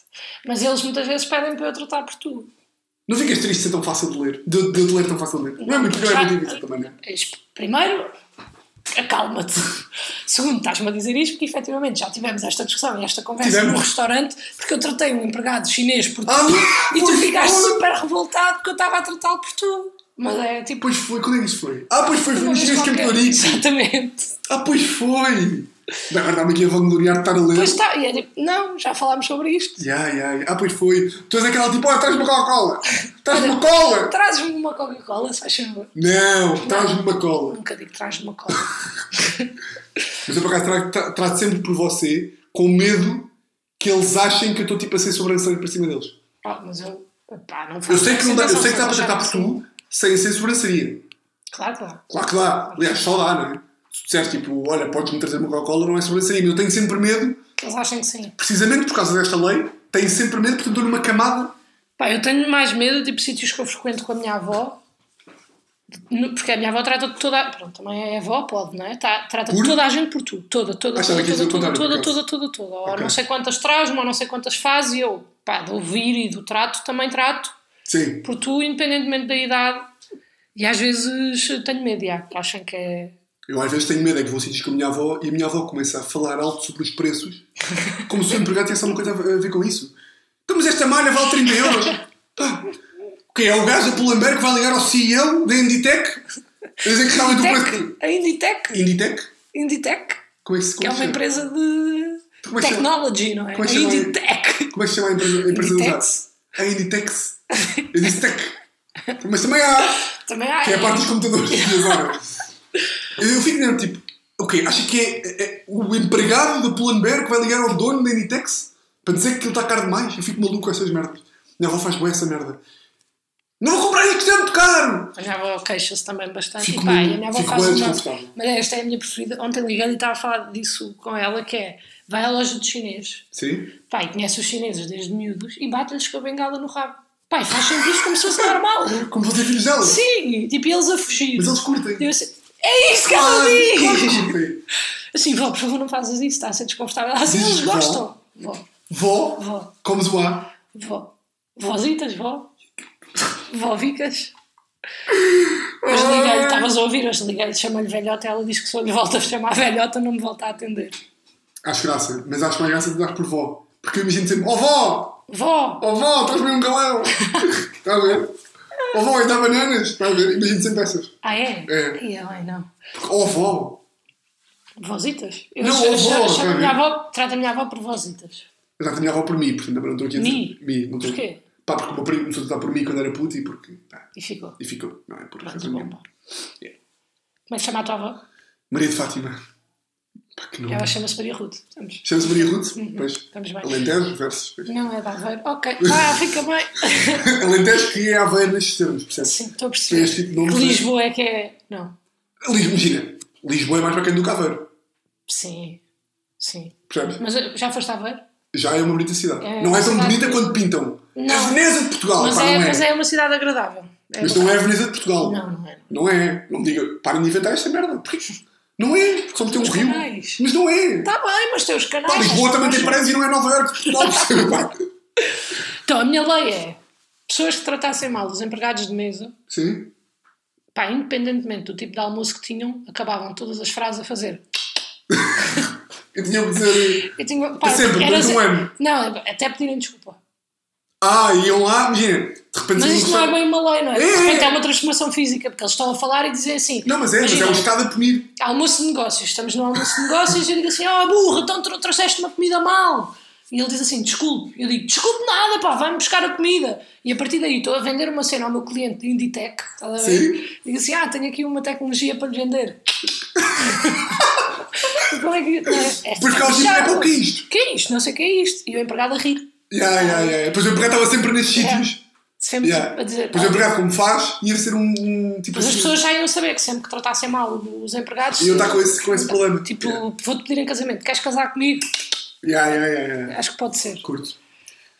Mas eles muitas vezes pedem para eu tratar por tu. Não ficas triste de ser tão fácil de ler. De, de eu te ler tão facilmente. Não é muito, não é Já- muito difícil também, não é? És- Primeiro, acalma-te. Segundo, estás-me a dizer isto porque efetivamente já tivemos esta discussão e esta conversa Tivemos. no restaurante porque eu tratei um empregado chinês por tu Ah, e tu pois ficaste foi. super revoltado porque eu estava a tratá-lo por tu. Mas é tipo. Pois foi, quando é que isso foi? Ah, pois foi, foi uma nos vez Chineses qualquer. Campeonatos. Exatamente. Ah, pois foi! Bem, Agora está-me aqui a vangloriar de estar a ler. Pois está, e é tipo, não, já falámos sobre isto. Ya, ya, ya. Ah, pois foi. Tu és aquela tipo, ah, traz-me uma Coca-Cola! Traz-me uma cola! Trazes-me uma Coca-Cola, se faz favor. Não, traz-me uma cola. Nunca digo traz-me uma cola. Mas eu por acaso trago- tra- trato sempre por você, com medo que eles achem que eu estou tipo a ser sobrancelha para cima deles. Ah, mas eu. Pá, não faço Eu sei que, não dá, eu sei que dá para apresentação, tratar por tu sem ser sobrancelha. Claro que dá. Claro que dá. Aliás, só dá, não é? Se tu disseres tipo, olha, podes-me trazer uma Coca-Cola, não é sobrancelha. Mas eu tenho sempre medo, Que eles acham que sim. precisamente por causa desta lei, tenho sempre medo, portanto dou-lhe uma camada. Pá, eu tenho mais medo tipo, de sítios que eu frequento com a minha avó. No- Porque a minha avó trata de toda. a- Pronto, também é avó, pode, não é? Tá- trata de Por? toda a gente por tu. Toda, toda, Ah, toda, estava aqui a dizer toda, o toda, contrário, por toda, acaso. toda, toda, toda. Ou Ok. não sei quantas traz-me, ou não sei quantas faz, e eu, pá, de ouvir e do trato, também trato Sim. por tu, independentemente da idade. E às vezes tenho medo, já, que acham que é. Eu às vezes tenho medo é que vou a sítios com a minha avó e a minha avó começa a falar alto sobre os preços, como se o empregado tivesse alguma coisa a a ver com isso. Então, mas esta malha vale 30 euros. Pá, Quem é o gajo da Pull&Bear que vai ligar ao CEO da Inditec? A dizer que realmente o preço. Tech, a Inditec. Inditec? Inditec, Como é que se que é como uma se chama? empresa de. Como é que chama? Technology, não é? Como é A que chama? Inditec. Como é que se chama a empresa, a empresa de Inditex? A Inditex. Eu disse Tec. Mas também há, Também há. que é a parte dos computadores. E agora? Eu fico mesmo tipo, ok, acha que é, é- é o empregado da Pull&Bear que vai ligar ao dono da Inditex para dizer que aquilo está caro demais? Eu fico maluco com essas merdas. Minha avó faz bem essa merda. Não vou comprar isto, é muito caro! A minha avó queixa-se também bastante. Fico e pá, meio- e a minha avó fico faz meio uma... desconfortável. Mas esta é a minha preferida. Ontem liguei e estava a falar disso com ela, que é... Vai à loja dos chineses. Sim? Pá, e conhece os chineses desde miúdos e bate-lhes com a bengala no rabo. Pai, faz sempre isto como se fosse normal. Como fossem filhos dela. Sim, tipo, eles a fugir. Mas eles curtem. Eu assim, é isso que Claro, ela claro que diz! curtem. Assim, vó, por favor, não fazes isso, está a ser desconfortável. Ah, sim, Dizes eles vó. gostam. Vó, Vó, vó, como zoar. vó. Vózitas, vó. Vóvicas. Mas liguei-lhe, Ah, estavas a ouvir, mas liguei-lhe, chamei-lhe velhota, ela disse que se eu lhe volto a chamar velhota, não me volta a atender. Acho graça, mas acho mais graça de dar por vó. Porque eu imagino sempre, ó vó, Vó, ó vó, estás meio um galão. Está a ver? Oh, Ó vó, e dá bananas. Está a ver? Imagino sempre essas. Oh, ah é? É. E ela, "Ai, não. Ó vó. Vozitas? Eu Não, chamo- avó, chamo- chamo sabe? a minha avó, trata a minha avó por vozitas. Eu já tinha avó por mim, portanto também não estou aqui a Mi? dizer. Mi? não estou- Porquê? Pá, porque o meu primo começou a tratar por mim quando era puto e porque. pá, E ficou. e ficou. Não, é por Pronto, causa Ah, bom, minha. pá. Como é que chama a tua avó? Maria de Fátima. Pá, que nome. Ela chama-se Maria Ruth. Estamos, Chama-se Maria Ruth? Pois. estamos bem. Alentejo versus. pois. Não é de Aveiro. Ok. Ah, fica bem. Alentejo que é Aveiro nestes termos, percebes? Sim, estou Tem a perceber. este tipo de nomes, Que né? Lisboa é que é... Não. Lis- Imagina, Lisboa é mais bacana do que Aveiro, Sim. Sim. percebes? Mas eh, já foste a Aveiro? Já é uma bonita cidade. É, não é tão cidade- bonita quanto pintam. É Não. Veneza de Portugal, Mas pá, é, não é? mas é uma cidade agradável. É Mas não é a agradável. Veneza de Portugal. Não, não é. Não é. Não me diga, parem de inventar esta merda. Porquê? Não é. Só tem um Os rio. canais. Tá. Mas não é. Está bem, mas tem os canais. Pá, Lisboa também tem prédios e não é Nova Iorque. Portugal. Pá. Então, a minha lei é... Pessoas que tratassem mal os empregados de mesa... Sim. Pá, independentemente do tipo de almoço que tinham, acabavam todas as frases a fazer. Eu tinha que dizer. Eu tinha, pá, É sempre, era- assim- durante um ano. Não, é, até pedirem desculpa. Ah, iam lá, imagina. De repente. Mas isto não é bem uma lei, não é? De É, repente é. é uma transformação física, porque eles estão a falar e dizem assim. Não, mas é, mas é imagina, um estado a punir. Almoço de negócios, estamos no almoço de negócios e eu digo assim: oh, burra, então tro- trouxeste uma comida mal. E ele diz assim: desculpe. Eu digo: desculpe nada, pá, vai-me buscar a comida. E a partir daí estou a vender uma cena ao meu cliente de Inditec, estás a ver? Digo assim: ah, tenho aqui uma tecnologia para lhe vender. E Como é que. É, é, Depois ficava sempre, é chato. pá, o que é isto? O que é isto? Não sei o que é isto. E o empregado a rir. Ya, ya, ya. Depois o empregado estava sempre nesses Yeah. sítios. Sempre Yeah. a é dizer. "Ah, Pois o empregado como faz, ia ser um, um tipo Mas as assim. pessoas já iam saber que sempre que tratassem mal os empregados. Iam estar com esse- com esse problema. Tipo, Yeah. vou-te pedir em casamento, queres casar comigo? Ya, ya, ya, ya. Acho que pode ser. Curto.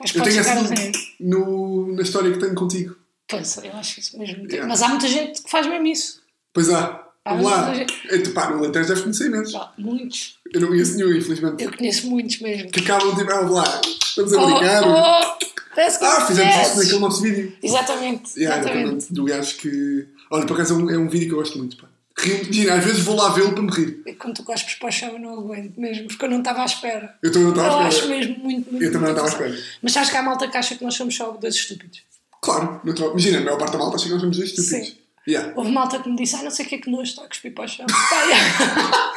Acho que Eu pode tenho chegar a assim dizer. no, na história que tenho contigo. Pois, eu acho isso mesmo. Tipo, Yeah. Mas há muita gente que faz mesmo isso. Pois há. Ah, Vamos lá. mas É, tu, pá, no Alentejo deves conhecer imenso. Há muitos. Eu não conheço nenhum, infelizmente. Eu conheço muitos mesmo. Que acabam tipo, ah, vamos lá. Estamos a Oh, brincar. oh, parece que ah, fizemos isso conheces. naquele nosso vídeo. Exatamente, Ya, exatamente. exatamente. Do gajo que. Olha, por acaso é um, é um vídeo que eu gosto muito. Pá. Rio, imagina, às vezes vou lá vê-lo para me rir. E Quando tu cospes para o chão, eu não aguento mesmo, porque eu não estava à espera. Eu também não estava à Eu espera. acho mesmo muito, muito Eu também muito não estava à engraçado. espera. Mas acho que há malta que acha que nós somos só dois estúpidos. Claro, natural. Imagina, a maior parte da malta acha que nós somos dois estúpidos. Sim. Yeah. Houve malta que me disse, ah, não sei o que é que nós está a cuspir para o chão. Pá, yeah.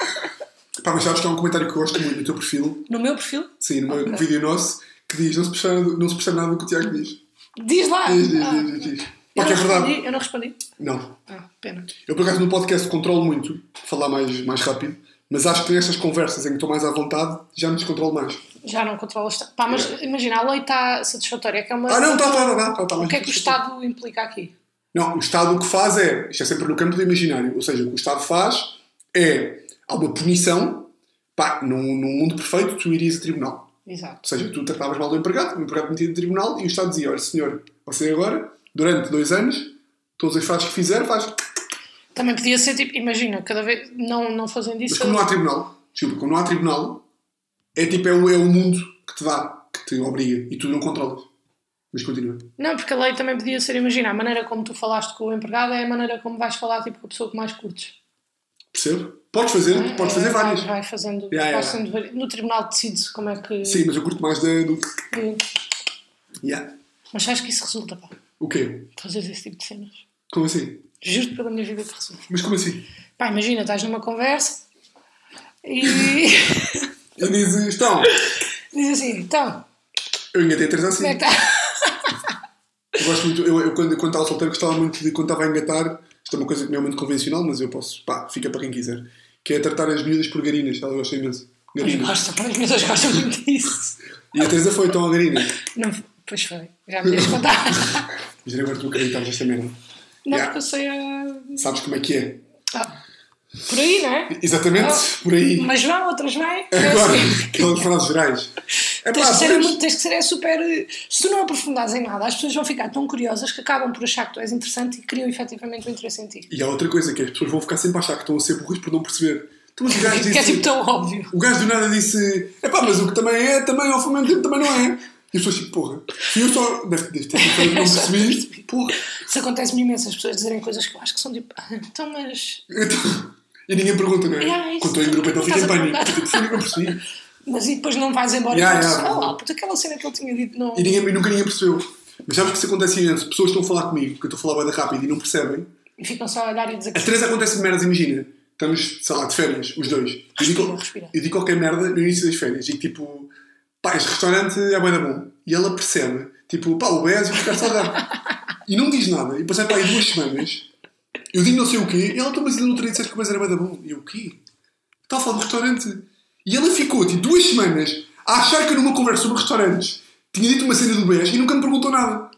Pá, mas sabes que há um comentário que eu gosto muito no teu perfil, no meu perfil, sim, no meu Ok. vídeo nosso, que diz: não se percebe, não se percebe nada do que o Tiago diz. diz lá. Diz, diz, Ah, diz, diz, diz. eu, Pá, que é não verdade. respondi, eu não respondi. Não. Ah, pena. Eu, por acaso, no podcast controlo muito, falar mais, mais rápido, mas acho que nestas conversas em que estou mais à vontade, já me descontrolo mais. Já não controlas. tanto. Pá, mas imagina, a lei está satisfatória. é Que é uma... É. Ah, não, tá, tá, tá, tá, tá, O que é que o Estado implica aqui? Não, o Estado o que faz é, isto é sempre no campo do imaginário, ou seja, o que o Estado faz é, há uma punição, pá, num, num mundo perfeito tu irias a tribunal. Ou Exato. seja, tu tratavas mal do empregado, o empregado metia no tribunal e o Estado dizia: Olha, senhor, você agora, durante dois anos, todas as frases que fizer, faz. Também podia ser tipo, imagina, cada vez não, não fazendo Mas isso. como não há tribunal, desculpa, como não há tribunal, é tipo, é o, é o mundo que te dá, que te obriga e tu não controlas. Mas continua. Não, porque a lei também podia ser, imagina, a maneira como tu falaste com o empregado é a maneira como vais falar tipo, com a pessoa que mais curtes. Percebo? Podes fazer, podes fazer É, várias. Vai, vai fazendo, Yeah, vai yeah. sendo vari- No tribunal decide-se como é que. Sim, mas eu curto mais da, do. que- Yeah. Mas acho que isso resulta, pá. O quê? fazer esse tipo de cenas. Como assim? Juro-te pela minha vida que resulta. Mas como assim? Pá, imagina, estás numa conversa e E dizes: Então, diz assim, então, eu engatei três assim. como é que está? Eu gosto muito, eu, eu quando, quando estava solteiro gostava muito de quando estava a engatar, isto é uma coisa que não é muito convencional, mas eu posso, pá, fica para quem quiser, que é tratar as miúdas por garinas, ela gosta imenso. Mas Garinas. gosta, pá, as pessoas gostam muito disso. E a Teresa foi então a garina. Não, pois foi, já me ias contar. Mas agora tu acreditavas esta merda. Não, Yeah. porque eu sei a... Sabes como é que é? Ah, por aí, não é? Exatamente, Ah. por aí. Mas vão, outras vêm. É Agora, assim. aquelas frases gerais. É tens, pá, que ser, pois. muito- tens que ser é super. eh, Se tu não aprofundares em nada, as pessoas vão ficar tão curiosas que acabam por achar que tu és interessante e criam efetivamente o interesse em ti. E há outra coisa que é, as pessoas vão ficar sempre a achar que estão a ser burros por não perceber. Então, mas o gajo Que é tipo disse. tão óbvio. O gajo do nada disse. Epá, mas o que também é, também ao mesmo tempo também não é. E as pessoas tipo, porra. E eu só. Deve deve ter sido que eu não percebi. Porra. Isso acontece-me imenso, as pessoas dizerem coisas que eu acho que são tipo. "Ah, Então, mas. Então, e ninguém pergunta, não é? Yeah, isso. Quando estou em grupo, então fica em Estás a pânico. perguntar. Tipo, foi o que eu percebi. Mas e depois não vais embora Yeah, e pensas, yeah. "Ah lá, puta, aquela cena que ele tinha dito não. E ninguém, e nunca ninguém percebeu. Mas sabes que isso acontece imenso. Pessoas estão a falar comigo, que eu estou a falar bem rápido e não percebem. E ficam só a olhar e dizer A que. Teresa acontece merdas, imagina. Estamos, sei lá, de férias, os dois. Eu Respira, digo, respira. eu digo qualquer merda no início das férias. Digo tipo, pá, este restaurante é bué da bom. E ela percebe, tipo, pá, o Bez e o Ricardo Salgado. e não diz nada. E passei pá, aí duas semanas. Eu digo não sei o quê. E ela, "Então, mas ainda no outro dia disseste que o Bez era bué da bom. E eu, o quê? Está a falar do restaurante. E ela ficou, tipo, duas semanas a achar que eu numa conversa sobre restaurantes tinha dito uma cena do Bez e nunca me perguntou nada.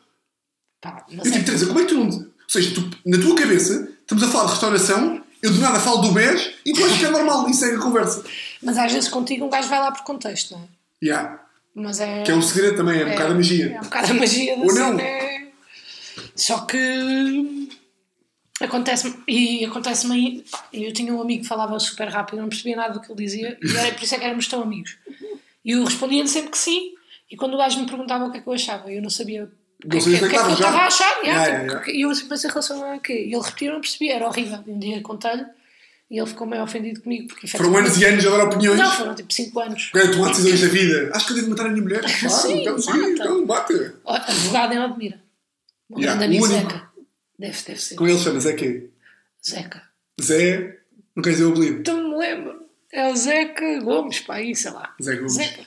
Pá, Eu mas é tipo, Teresa, como é que tu não. Ou seja, tu, na tua cabeça, estamos a falar de restauração, eu do nada falo do BES e tu achas que é normal e segue a conversa. Mas às vezes contigo um gajo vai lá por contexto, não é? Yeah. Mas é. Que é um segredo também, é um bocado a É um magia. bocado a magia da Ou não. cena. é- Só que. Acontece-me. E acontece-me. aí- pá, Eu tinha um amigo que falava super rápido, eu não percebia nada do que ele dizia e era por isso é que éramos tão amigos. E eu respondia-lhe sempre que sim. E quando o gajo me perguntava o que é que eu achava, eu não sabia. O que, Não sabias que- o que é que que é que eu estavas já? estava a achar? Yeah, yeah, yeah, tipo, E eu sempre pensei em relação a quê? E ele repetia, eu não percebia, era horrível. E Um dia contei-lhe e ele ficou meio ofendido comigo porque Foram efetivamente- anos e anos a dar opiniões. é Não, foram tipo 5 anos. Agora tomar decisões da vida. Acho que eu devo matar a minha mulher. Claro, Sim, então sim, mata. então bate. Ó, Advogado em Admira. Um Yeah, grande amigo o único. Zeca. Deve, deve ser. Como ele chama, Zé quê? Zeca. Zé. Não queres dizer o apelido? Então me lembro. É o Zeca Gomes, pá, aí, sei lá. Zé Gomes. Zeca.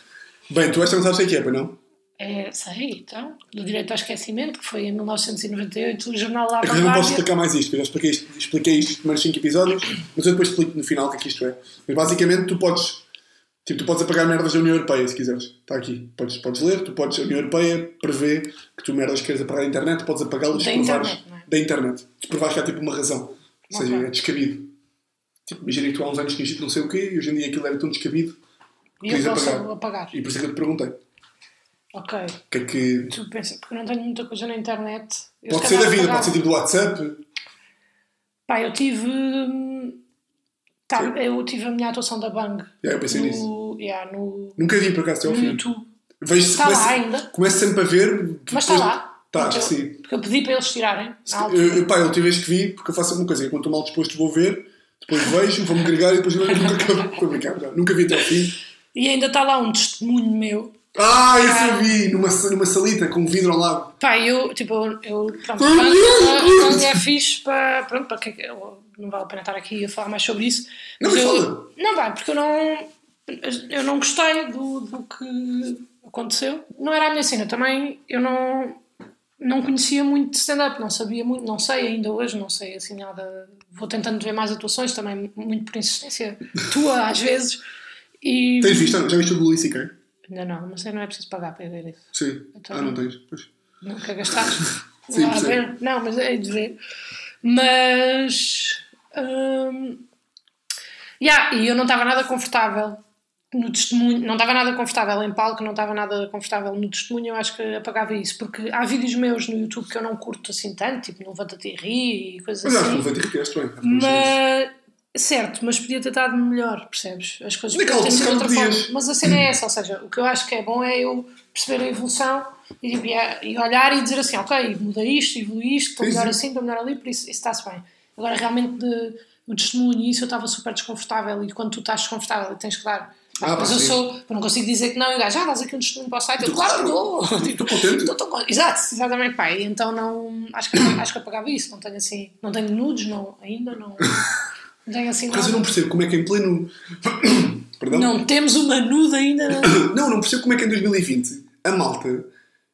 Bem, tu esta não sabes o que é, pois não? É, sei, então. Do Direito ao Esquecimento, que foi em 1998, o jornal lá É que da eu não posso Várzea. explicar mais isto, eu já expliquei isto, expliquei isto nos primeiros 5 episódios, mas eu depois explico no final o que é que isto é. Mas basicamente tu podes, tipo, tu podes apagar merdas da União Europeia se quiseres. Está aqui. Podes, podes ler, tu podes, a União Europeia prevê que tu merdas queres apagar da internet, tu podes apagá-las Da se provares internet, não é? da internet. Se provares que há tipo uma razão. Ou seja, Ok. é descabido. Tipo, imagina que tu há uns anos tinhas dito não sei o quê e hoje em dia aquilo era tão descabido E eu Quis posso apagar. apagar. e por isso é que eu te perguntei. O Ok. que é que. Tu pensas, porque eu não tenho muita coisa na internet. Eu Pode se ser da calhar vida, apagava. pode ser tipo do WhatsApp. Pá, eu tive. hum, Tá, eu tive a minha atuação da Bang. Yeah, eu pensei no, nisso. yeah, no, Nunca vi por acaso até ao no fim. YouTube. Tá Vejo Está lá ainda. Começo sempre a ver. Mas está lá. Então, tá Está, Porque eu- tá, sim. Porque eu pedi para eles tirarem. na altura. Eu, eu, pá, a última vez que vi, porque eu faço alguma coisa, enquanto estou mal disposto vou ver, depois vejo, vou-me gregar e depois eu nunca acabo com a brincar. já. Nunca vi até ao fim. E ainda está lá um testemunho meu. Ah, esse eu vi! Numa, sa- numa salita com um vidro ao lado. Pá, eu, tipo, eu, eu pronto, Meu Deus! quando é fixe para, pronto, para que eu, não vale a pena estar aqui a falar mais sobre isso. Não, mas Mas fala. eu, não vai, porque eu não, eu não gostei do, do que aconteceu. Não era a minha cena, também eu não, não conhecia muito de stand-up, não sabia muito, não sei ainda hoje, não sei assim nada. Vou tentando ver mais atuações também, muito por insistência tua às vezes. E, Tens visto? Já viste o Blue Easy, quem? Ainda não, mas aí não é preciso pagar para ver isso. Sim. Então- ah, não tens. Pois. Nunca gastaste? Sim, Lá a percebo. ver. Não, mas é de ver. Mas. hum, yeah, e eu não estava nada confortável no testemunho, não estava nada confortável em palco, não estava nada confortável no testemunho, eu acho que apagava isso, porque há vídeos meus no YouTube que eu não curto assim tanto, tipo no Levanta-te e ri e coisas Mas acho que assim. não vai ter reteste bem. Mas, certo, mas podia ter estado melhor, percebes? As coisas Naquela podiam ter sido de altura, outra se calhar, forma. Mas a cena é essa, ou seja, o que eu acho que é bom é eu perceber a evolução e, tipo, e- e olhar e dizer assim, ok, muda isto, evolui isto, estou Sim, melhor sim. assim, estou melhor ali, por isso isso está-se bem. Agora, realmente, de, o testemunho e isso eu estava super desconfortável e quando tu estás desconfortável e tens que dar... Ah, mas pá, eu sim. sou, eu não consigo dizer que não, e o gajo, ah, dás aqui um testemunho para o site, eu Tu, claro, claro. dou. Estou contente. Tô- tô com- Exato, exatamente, pá. E Então não. Acho que, acho que apagava isso. Não tenho assim. Não tenho nudes, não, ainda não. Não tenho assim Por acaso eu não nada. percebo como é que em pleno. Perdão? Não temos uma nude ainda. não. Não, não percebo como é que em 2020 a malta.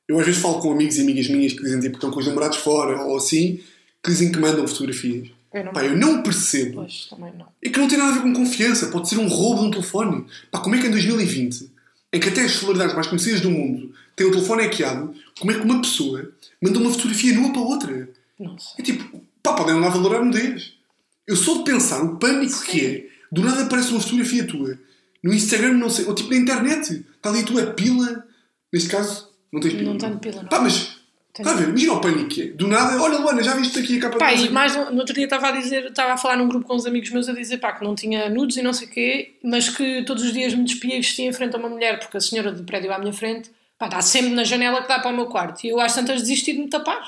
Eu às vezes falo com amigos e amigas minhas que dizem tipo, que estão com os namorados fora ou assim, que dizem que mandam fotografias. Eu não. Pá, eu não percebo. Pois, também não. É que não tem nada a ver com confiança, pode ser um roubo de um telefone. Pá, como é que em 2020, em que até as celebridades mais conhecidas do mundo têm o telefone hackeado, como é que uma pessoa manda uma fotografia nua para outra? Não sei. É tipo, pá, podem não dar valor à nudez. Eu sou de pensar o pânico que é. Do nada aparece uma fotografia tua. No Instagram, não sei, ou tipo na internet. Está ali a tua pila. Neste caso, não tens pila. Não tenho pila, não. Pá, mas. Tenho. Está a ver? Imagina o pânico que é. Do nada, olha Luana, já viste aqui a capa Pá, do e nosso- mais no no outro dia estava a dizer, estava a falar num grupo com uns amigos meus a dizer pá, que não tinha nudes e não sei o quê, mas que todos os dias me despia e vestia em frente a uma mulher, porque a senhora do prédio à minha frente pá, está sempre na janela que dá para o meu quarto. E eu às tantas desisti de me tapar.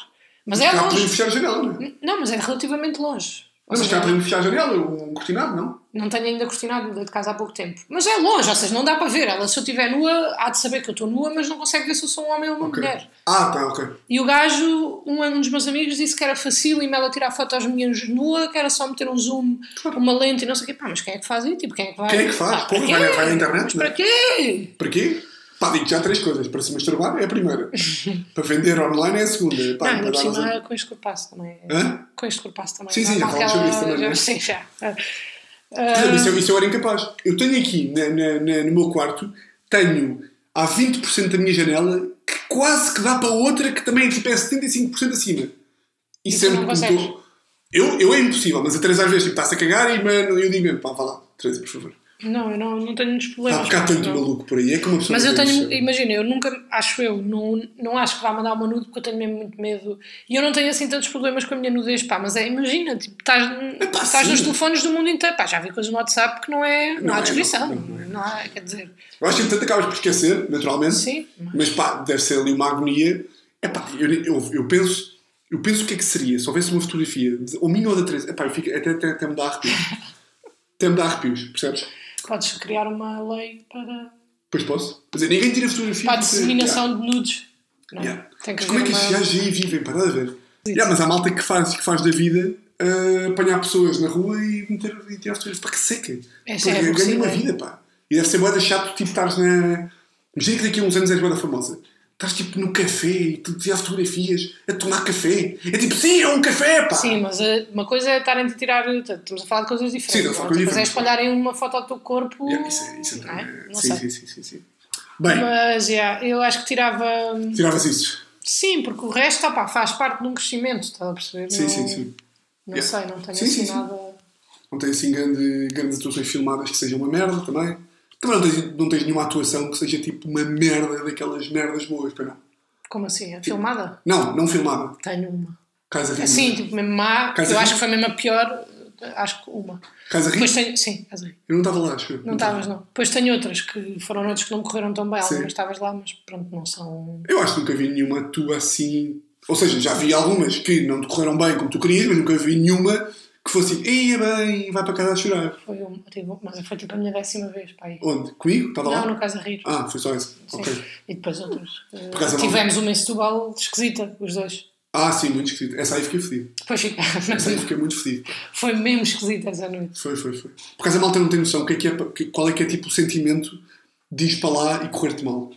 Mas é Cá podemos longe. fechar a janela, não é? Não, mas é relativamente longe. Ou Não, mas seja, cá podemos fechar a janela, um cortinado, não? não tenho ainda cortinado, mudei de casa há pouco tempo. Mas é longe, ou seja, não dá para ver. Ela, se eu estiver nua, há de saber que eu estou nua, mas não consegue ver se eu sou um homem ou uma Ok. mulher. Ah, tá, ok. E o gajo, um, um dos meus amigos, disse que era facílimo ela tirar fotos minhas nua, que era só meter um zoom, uma lente e não sei o quê. Pá, mas quem é que faz isso? Tipo, quem é que vai? Quem é que faz? para Pô, quê? vai- vai à internet, Mas né? para quê? Para quê? Pá, digo já três coisas. Para se masturbar é a primeira. para vender online é a segunda. Pá, não, para ainda por dar cima, razão. com este corpaço também. é- Hã? Com este corpaço também. é Sim, sim, já Normal falámos que sobre ela- isso também, já- né? Sim, já. Por exemplo, Ah, isso, é eu, isso eu era incapaz. Eu tenho aqui na- na- na- no meu quarto, tenho há 20% da minha janela que quase que dá para outra que também tipo, é 75% acima. E, tu sempre não que me consegues? dou- eu, eu é impossível, mas a Teresa às vezes tipo, está-se a cagar e mano, eu digo mesmo, pá, vá lá, Teresa, por favor. não, eu não, não tenho muitos Está problemas. a ficar tanto não. maluco por aí, é que uma pessoa Mas não eu tem tenho, noção. imagina, eu nunca, acho eu, não, não acho que vá mandar uma nude porque eu tenho mesmo muito medo. E eu não tenho assim tantos problemas com a minha nudez, pá, mas é, imagina, tipo, estás, pá, estás sim. nos telefones do mundo inteiro, pá, já vi coisas no WhatsApp que não é, não, Não há é, descrição, não, não, não é. há, quer dizer, Eu acho que entretanto acabas por esquecer, naturalmente. Sim. Mas pá, deve ser ali uma agonia. Epá, eu, eu, eu penso. Eu penso o que é que seria se houvesse uma fotografia, de- ou minha ou da Teresa. Epá, eu fico, até, até, até me dá arrepios. até me dá arrepios, percebes? podes criar uma lei para, Pois posso. Quer dizer, ninguém tira fotografia. para a porque- disseminação de nudes. Não, Yeah, yeah. Tem que Mas como é haver que estes uma- gajos aí vivem? Para nada a ver. Yeah, mas há malta que faz, que faz da vida ah, apanhar pessoas na rua e, meter, e tirar fotografias. Pá, que seca. Essa é Pô, ganha aborrecida. uma vida, pá. E deve ser boeda chato, tipo, estás na. Imagina que daqui a uns anos és boeda famosa. Estás tipo no café e tu tirar fotografias, a tomar café. É tipo, sim, é um café, pá! Sim, mas eh, uma coisa é estarem a tirar. Estamos a falar de coisas diferentes. Sim, estamos a outra falar coisa de é coisas diferentes. espalharem uma foto do teu corpo. Yeah, isso é, isso é, não é? Não sim, sei. sim, sim, sim, sim. Bem, Mas yeah, eu acho que tirava. hum, tiravas isso. Sim, porque o resto opá, faz parte de um crescimento, estás a perceber? Sim, não, sim, sim. Não Yeah. sei, não tenho Sim, assim sim, sim. nada. Não tens assim grande, grandes atuações filmadas que sejam uma merda também. Também não tens, não tens nenhuma atuação que seja tipo uma merda daquelas merdas boas, para não. Como assim? É filmada? Não, não filmada. Tenho uma. Casa Rica. Assim, tipo, mesmo má, Casa eu Rica? acho que foi mesmo a pior, acho que uma. Casa Rica. Depois tenho. Sim, casa Rica. Eu não estava lá, acho eu. Não estavas, não. Depois tenho outras que foram outras que não correram tão bem, Sim. algumas estavas lá, mas pronto, não são. Eu acho que nunca vi nenhuma tua assim. Ou seja, já vi algumas que não decorreram bem como tu querias, mas nunca vi nenhuma que fosse tipo, ia bem, vai para casa a chorar. Foi uma, tipo, mas foi tipo a minha décima vez, pá. aí. Onde? Comigo? Estava lá? Não, no caso a rir. Ah, foi só isso. Sim. Ok. E depois outras. Eh, acaso eu não- Tivemos uma em Setúbal esquisita, os dois. Ah, sim, muito esquisito. Essa aí fiquei fedido. Depois fica. Essa aí fiquei muito fedido. Foi mesmo esquisita essa noite. Foi, foi, foi. Por acaso a malta não tem noção o que é que é, que- qual é que é tipo o sentimento de ir para lá e correr-te mal.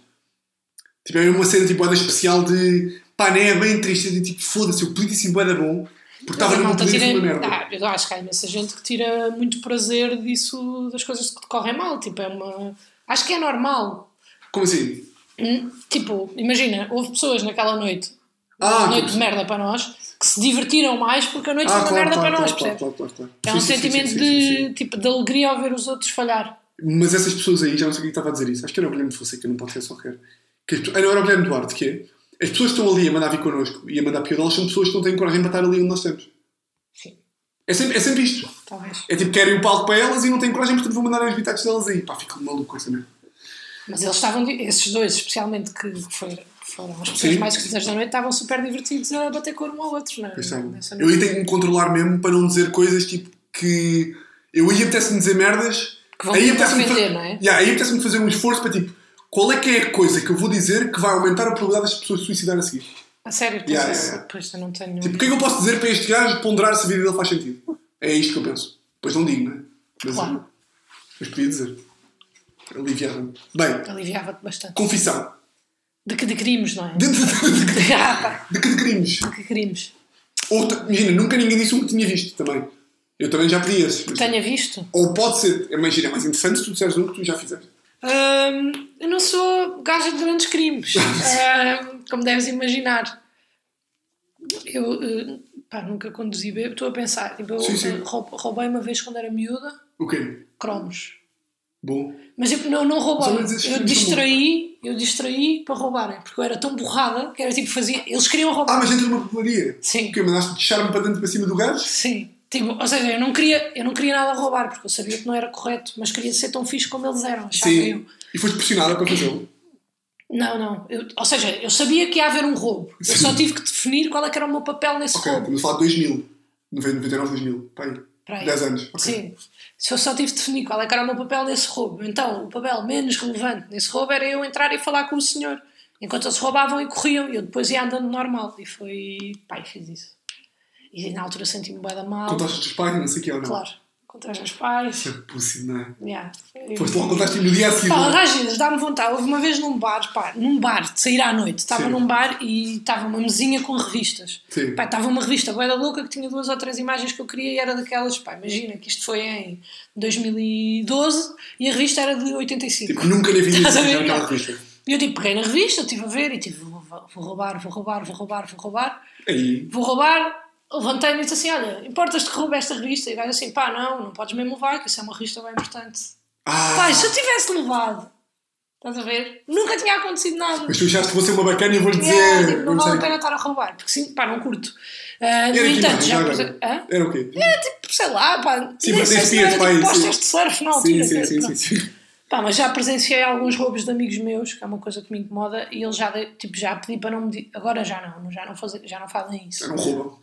Tipo, é uma cena tipo, bué da especial de pá, nem é bem triste, é de, tipo, foda-se, eu podia assim bué da bom, porque estava Mas a numa malta poder tira- uma merda. Ah, eu acho que há imensa gente que tira muito prazer disso, das coisas que decorrem mal. Tipo, é uma. Acho que é normal. Como assim? Hum, Tipo, imagina, houve pessoas naquela noite, Ah, noite tipo- de merda para nós, que se divertiram mais porque a noite foi tipo uma merda para nós, percebes? Ah, claro, claro. É Sim, um sim, sim, sentimento sim, de, sim, sim. Tipo, de alegria ao ver os outros falhar. Mas essas pessoas aí, já não sei quem estava a dizer isso, acho que era o Guilherme Fonseca, não pode ser só quer. Que as pessoas- ah, não, era o Guilherme Duarte, que é. As pessoas que estão ali a mandar vir connosco e a mandar piadolas são pessoas que não têm coragem para estar ali onde nós estamos. Sim, É sempre, é sempre isto. talvez. É tipo, querem o palco para elas e não têm coragem, portanto vou mandar as bitates delas aí. Pá, fico maluco essa merda. Mas eles estavam, di- esses dois, especialmente que foi- foram as pessoas Sim. mais esquisitas da noite, estavam super divertidos a bater cor um ao outro. Não, Pois sabe. nessa Eu aí noite. tenho que me controlar mesmo para não dizer coisas tipo que. Eu aí apetece-me dizer merdas. Que vão aí tentar apetece-me fa- ofender, não é? Yeah, aí apetece-me fazer um esforço para tipo. Qual é que é a coisa que eu vou dizer que vai aumentar a probabilidade das pessoas se suicidarem a seguir? A sério, Yeah, pois, yeah, yeah. pois eu não tenho. Tipo, o que é que eu posso dizer para este gajo ponderar se a vida dele faz sentido? É isto que eu penso. Pois não digo, não é? Mas, Claro. mas podia dizer. Aliviava-me. Bem, Aliviava-te bastante. confissão. De que de crimes, não é? De, de, de, de, Ah, pá, de que crimes? de que crimes. Outra, imagina, nunca ninguém disse um que tinha visto também. Eu também já pedi esses. mas- Tenha visto? Ou pode ser, imagina, é mais interessante se tu disseres um que tu já fizeste. Hum, eu não sou gaja de grandes crimes, Hum, como deves imaginar. Eu eh, pá, nunca conduzi bêbado. Estou a pensar, tipo, eu Sim, sim. eh, roub- roubei uma vez quando era miúda O quê? cromos. Bom. Mas eu não, não roubaram. Mas esses Eu filmes são distraí, eu distraí para roubarem, porque eu era tão borrada que era tipo fazia. Eles queriam roubar. Ah, mas entra numa papelaria. Sim. O quê? Mandaste deixar-me para dentro para cima do gajo? Sim. Tipo, ou seja, eu não, queria, eu não queria nada roubar, porque eu sabia que não era correto, mas queria ser tão fixe como eles eram. achava eu. Sim. E foste pressionada para fazê-lo. Não, não. Eu- ou seja, eu sabia que ia haver um roubo. Eu só tive que definir qual é que era o meu papel nesse Ok, roubo. estamos a falar de 2000. 99, 2000. Pá aí. Para aí. 10 anos. Ok. Sim. Se eu só tive de definir qual é que era o meu papel nesse roubo. Então, o papel menos relevante nesse roubo era eu entrar e falar com o senhor. Enquanto eles roubavam e corriam, e eu depois ia andando normal. E foi. Pai, fiz isso. E na altura senti-me bué da mal. Contaste os teus pais, não sei o que ou não. Claro. Contaste aos pais. Isso é pussy, não é? Yeah. Foi- Foste logo contaste no dia a seguir. Pá, não é? às vezes dá-me vontade. Houve uma vez num bar, pá, num bar, de sair à noite. Estava Sim. num bar e estava uma mesinha com revistas. Sim. Pá, estava uma revista boeda louca que tinha duas ou três imagens que eu queria e era daquelas, pá, imagina que isto foi em 2012 e a revista era de 85. Tipo, nunca na vida Estás a ver? existia aquela revista. E eu tipo, peguei na revista, estive a ver e tipo, vou, vou vou roubar, vou roubar, vou roubar, vou roubar, Aí. vou roubar. Levantei-me e disse assim: Olha, importas-te que roube esta revista? E o gajo assim: Pá, não, não podes mesmo levar, que isso é uma revista bem importante. Ah, Pá, se eu tivesse levado, estás a ver? Nunca tinha acontecido nada. mas tu achaste que vou ser uma bacana e vou-lhe dizer. Yeah, tipo, não não vale sei. a pena estar a roubar, porque sim, pá, não curto. Ah, Era no tipo que entanto, imagem, já. já por agora? exemplo- Hã? Era o quê? Era tipo, sei lá, pá, Sim, nem mas sei tens se não era pias, pá, tipo isso. postas de surf na Sim, altura. sim, né? sim, sim, Pronto. sim. Pá, mas já presenciei alguns roubos de amigos meus, que é uma coisa que me incomoda, e eles já, de- tipo, já pedi para não me. di- Agora já não, já não, fazem, já não fazem isso. Era um roubo.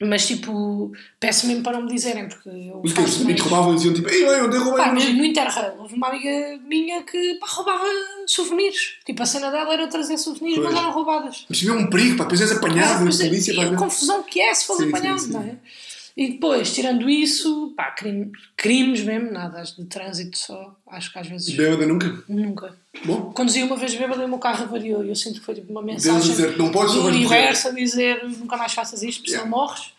Mas tipo, peço mesmo para não me dizerem, porque eu. Os teus faço amigos mais- roubavam e diziam tipo, ei, eu andei a Pá, roubar. mas no Interrail houve uma amiga minha que pá, roubava souvenirs. Tipo, a cena dela era trazer souvenirs, Pois. mas eram roubadas. Mas tinha um perigo, pá, depois és apanhado na Mas, polícia. e pá, a não. confusão que é se fores Sim, sim, apanhado, sim. não é? E depois, tirando isso, pá, crime- crimes mesmo, nada, acho de trânsito só, acho que às vezes Bêbada nunca. nunca. Bom, Conduzi uma vez bêbada e o meu carro avariou e eu sinto que foi tipo uma Deus mensagem dizer, não podes do levar universo a dizer nunca mais faças isto, porque Yeah. senão morres.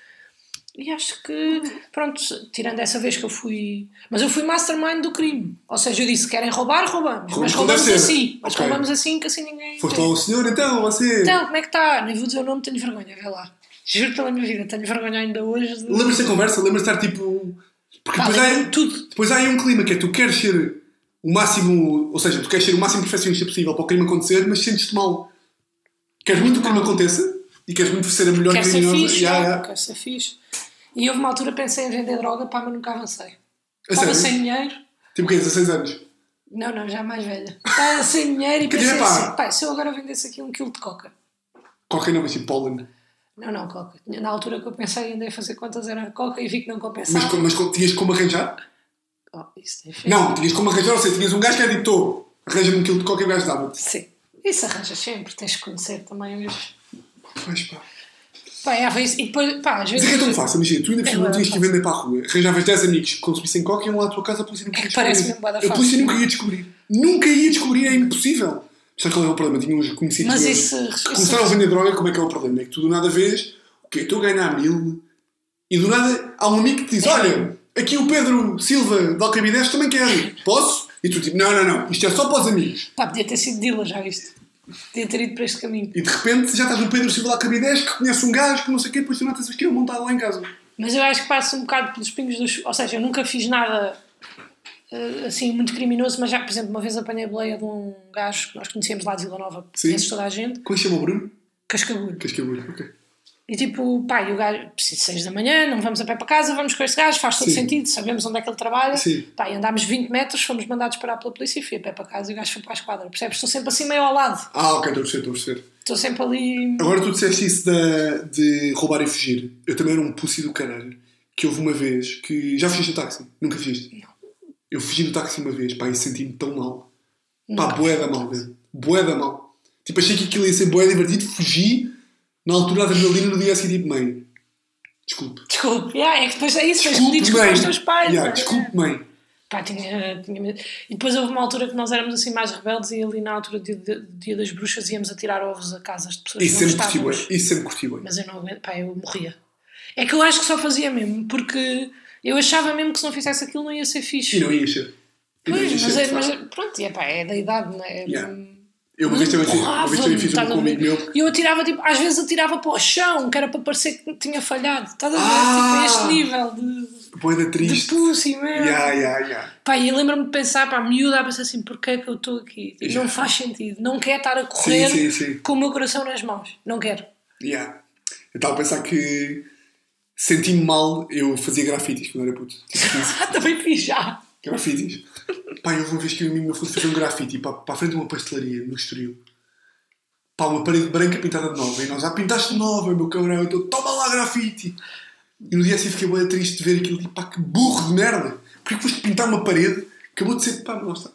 E acho que, pronto, se- tirando essa vez que eu fui. Mas eu fui mastermind do crime. Ou seja, eu disse: querem roubar, roubamos. Roubamos mas como deve roubamos ser. assim. Mas Ok. roubamos assim que assim ninguém. Foste lá ao senhor, então, você. Então, como é que está? Nem vou dizer o nome, tenho vergonha, vê lá. Juro pela minha vida, tenho vergonha ainda hoje. De... Lembras-te da conversa? Lembras-te de estar tipo. Porque Pá, depois há, lembro-me tudo. depois há aí um clima que é tu queres ser o máximo. Ou seja, tu queres ser o máximo perfeccionista possível para o crime acontecer, mas sentes-te mal. Queres muito que o crime aconteça e queres muito ser a melhor Quero ser criminosa. fixe, Ya, não, ya. quero ser fixe. E houve uma altura que pensei em vender droga, pá, mas nunca avancei. A Estava sério? sem dinheiro. Tipo o quê? 16 anos. Não, não, já mais velha. Estava Tá sem dinheiro e Quer pensei dizer, pá. assim, pá, se eu agora vendesse aqui um quilo de coca. Qualquer nome, tipo Poland. Não, não, coca. Na altura que eu pensei, andei a fazer contas, era a coca e vi que não Mas, compensava. co- mas co- tinhas como arranjar? Oh, isso tem feito. Não, tinhas como arranjar, ou seja, tinhas um gajo que era tipo, "Tô, arranja-me um quilo de qualquer gajo dava-te. Sim. Isso arranja sempre, tens de conhecer também os. Pois pá. Pá, é, foi isso. E depois, pá, às Mas é vezes. que é tão fácil, imagina, tu ainda por É cima bué da tinhas que fácil. vender para a rua, arranjavas 10 amigos que consumissem coca e iam lá à tua casa, a polícia nunca ia É que descobrir. parece mesmo bué da A polícia fácil. nunca ia descobrir. Nunca ia descobrir, é impossível. Sabes qual é o problema? Tinha uns conhecidos Mas meus isso- que isso- começaram a vender droga, como é que é o problema? É que tu do nada vês, ok, estou a ganhar mil e do nada há um amigo que te diz, É. olha, aqui o Pedro Silva de Alcabidez também quer, posso? E tu tipo, não, não, não, isto é só para os amigos. Pá, podia ter sido dealer, já viste? Podia ter ido para este caminho. E de repente já estás no Pedro Silva de Alcabidez que conhece um gajo que não sei o quê, depois tu não estás aqui a montar lá em casa. é Mas eu acho que passo um bocado pelos pingos dos. Ou seja, eu nunca fiz nada eh, assim muito criminoso, mas já, por exemplo, uma vez apanhei a boleia de um gajo que nós conhecíamos lá de Vila Nova, Sim. conheces toda a gente, Como é que é chama o Bruno? Cascabur. Cascabulho, ok. E tipo, pá, e o gajo, preciso de 6 da manhã, não vamos a pé para casa, vamos com este gajo, faz todo Sim. sentido, sabemos onde é que ele trabalha. Sim. Pá, e andámos 20 metros, fomos mandados parar pela polícia e fui a pé para casa e o gajo foi para a esquadra. Percebes? Estou sempre assim meio ao lado, Ah, ok, estou a perceber, estou a perceber. estou sempre ali. Agora tu disseste isso da- de roubar e fugir. Eu também era um pussy do caralho. Que houve uma vez que. Já fugiste do táxi? Nunca fugiste? Eu fugi do táxi uma vez, pá, e senti-me tão mal. Pá, bué da mal, velho. Bué da mal. Tipo, achei que aquilo ia ser bué divertido, fugi. Na altura, a adrenalina no dia a seguir, tipo, mãe. Desculpe. Desculpe, yeah, é que depois é isso, tens de pedir desculpa mãe. aos teus pais. Yeah, não é? desculpe, mãe. Pá, tinha, tinha medo. E depois houve uma altura que nós éramos assim mais rebeldes e ali na altura do dia, do Dia das bruxas íamos atirar ovos a casas de pessoas Isso que não sempre curti, bué. gostávamos. Isso sempre curti, bué. Mas eu não aguento, pá, eu morria. É que eu acho que só fazia mesmo, porque eu achava mesmo que se não fizesse aquilo não ia ser fixe. E não ia ser. E não ia Pois, mas, ser, é- de mas facto. é- pronto, e é, pá, é da idade, não é? É Yeah. mesmo- Eu uma vez também fiz- uma vez também fiz um Estás com a um amigo ver? meu. E eu atirava, tipo, às vezes atirava para o chão, que era para parecer que tinha falhado. Estás a ver? Ah! Tipo, este nível de. Boeda de triste. pussy, mesmo. Ya, ya, ya. Pá, e lembro-me de pensar, pá, miúda, a pensar assim, porquê é que eu estou aqui? Tipo, Já. Não faz sentido. Não quero estar a correr sim, sim. com o meu coração nas mãos. Não quero. Yeah. Eu estava a pensar que senti-me mal, eu fazia grafites quando era puto. Tipo, Também fiz já. Grafites. é Pá, eu uma vez que eu e o meu fui fazer um grafite para, para a frente de uma pastelaria no Estoril. Pá, uma parede branca pintada de nova. E nós, ah, pintaste de nova, meu cabrão. Então, toma lá grafite. E no dia assim fiquei bem triste de ver aquilo. Tipo, pá, que burro de merda. Porquê que foste pintar uma parede? Acabou de ser, pá, lá está.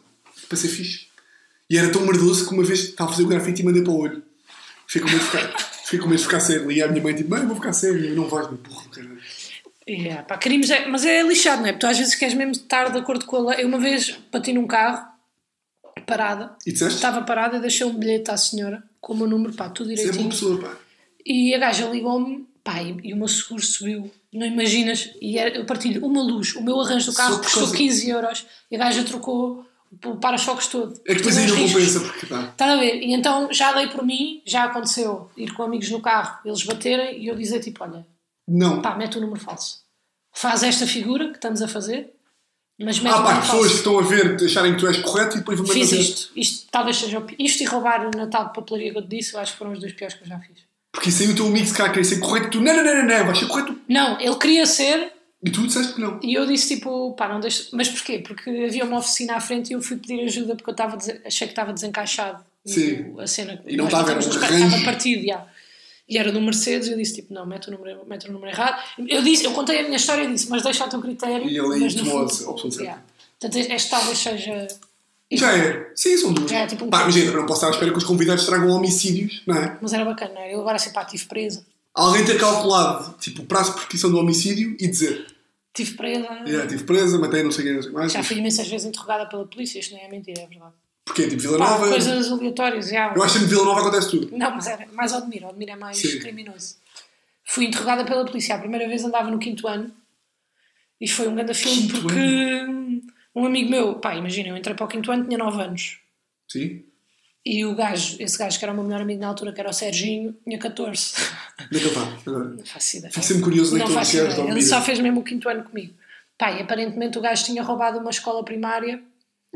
Para ser fixe. E era tão merdoso que uma vez estava a fazer o grafite e mandei para o olho. Fiquei com medo de ficar, fiquei com medo de ficar cego. E a minha mãe, tipo, mãe, eu vou ficar cego. E eu, não vais, meu burro, do caralho. Yeah, pá, queríamos é- mas é lixado, não é? Porque tu às vezes queres mesmo estar de acordo com a lei. Eu uma vez bati num carro, parada, E disseste? estava parada e deixei um bilhete à senhora com o meu número, pá, tudo Sempre direitinho. uma é pessoa, pá. E a gaja ligou-me, pá, e, e o meu seguro subiu, não imaginas. E era- eu partilho uma luz, o meu arranjo do Só carro por custou causa- 15 euros e a gaja trocou o para-choques todo. É que depois aí Tive uns não riscos. compensa, porque dá. Estás a ver? E então já dei por mim, já aconteceu ir com amigos no carro, eles baterem e eu dizer tipo, olha, Não. pá, mete o número falso. Faz esta figura que estamos a fazer, mas mete Ah o pá, número pessoas que estão falso. a ver acharem que tu és correto e depois vão Fiz mandar- isto. isto. Talvez seja o pi- Isto e roubar na tal papelaria que eu te disse, eu acho que foram os dois piores que eu já fiz. Porque isso aí o teu amigo se calhar queria ser é correto tu, não, não, não, não, não, vais ser correto. Não, ele queria ser E tu disseste que não. e eu disse tipo, pá, não deixa. Mas porquê? Porque havia uma oficina à frente e eu fui pedir ajuda porque eu estava desen- achei que estava desencaixado o- Sim. a cena E não nós estava, botamos era um nos par- estava arranjo. partido, já. E era do Mercedes, eu disse tipo, não, mete o número, mete o número errado. Eu, disse, eu contei a minha história e disse, mas deixa ao teu critério. E ele mas aí no tomou fundo- a opção certa. Yeah. Portanto, este talvez seja. Já é. Sim, são duas. Já é, tipo um- Pá, mas gente, não posso estar à espera que os convidados tragam homicídios, não é? Mas era bacana, não era? eu agora assim, pá, estive presa. Alguém ter calculado, tipo, o prazo de prescrição do homicídio e dizer, Estive presa. yeah, tive presa, matei não sei quem, não sei o que mais. Uhum. Já fui imensas vezes interrogada pela polícia, isto não é mentira, é verdade. Porquê? Tipo, Vila Pá, Nova. coisas aleatórias, já. Eu acho que em Vila Nova acontece tudo. Não, mas era mais Odmir, Odmir é mais Sim. criminoso. Fui interrogada pela polícia. A primeira vez andava no quinto ano e foi um grande filme Quinto porque um amigo meu, pá, imagina, eu entrei para o quinto ano, tinha 9 anos. Sim? E o gajo, esse gajo que era o meu melhor amigo na altura, que era o Serginho, tinha 14. Naquele pá, tá? agora. Não faço ideia. Fico sempre curioso Não naquele faço que és ideia. de Ele só Almira. fez mesmo o quinto ano comigo. Pá, e aparentemente o gajo tinha roubado uma escola primária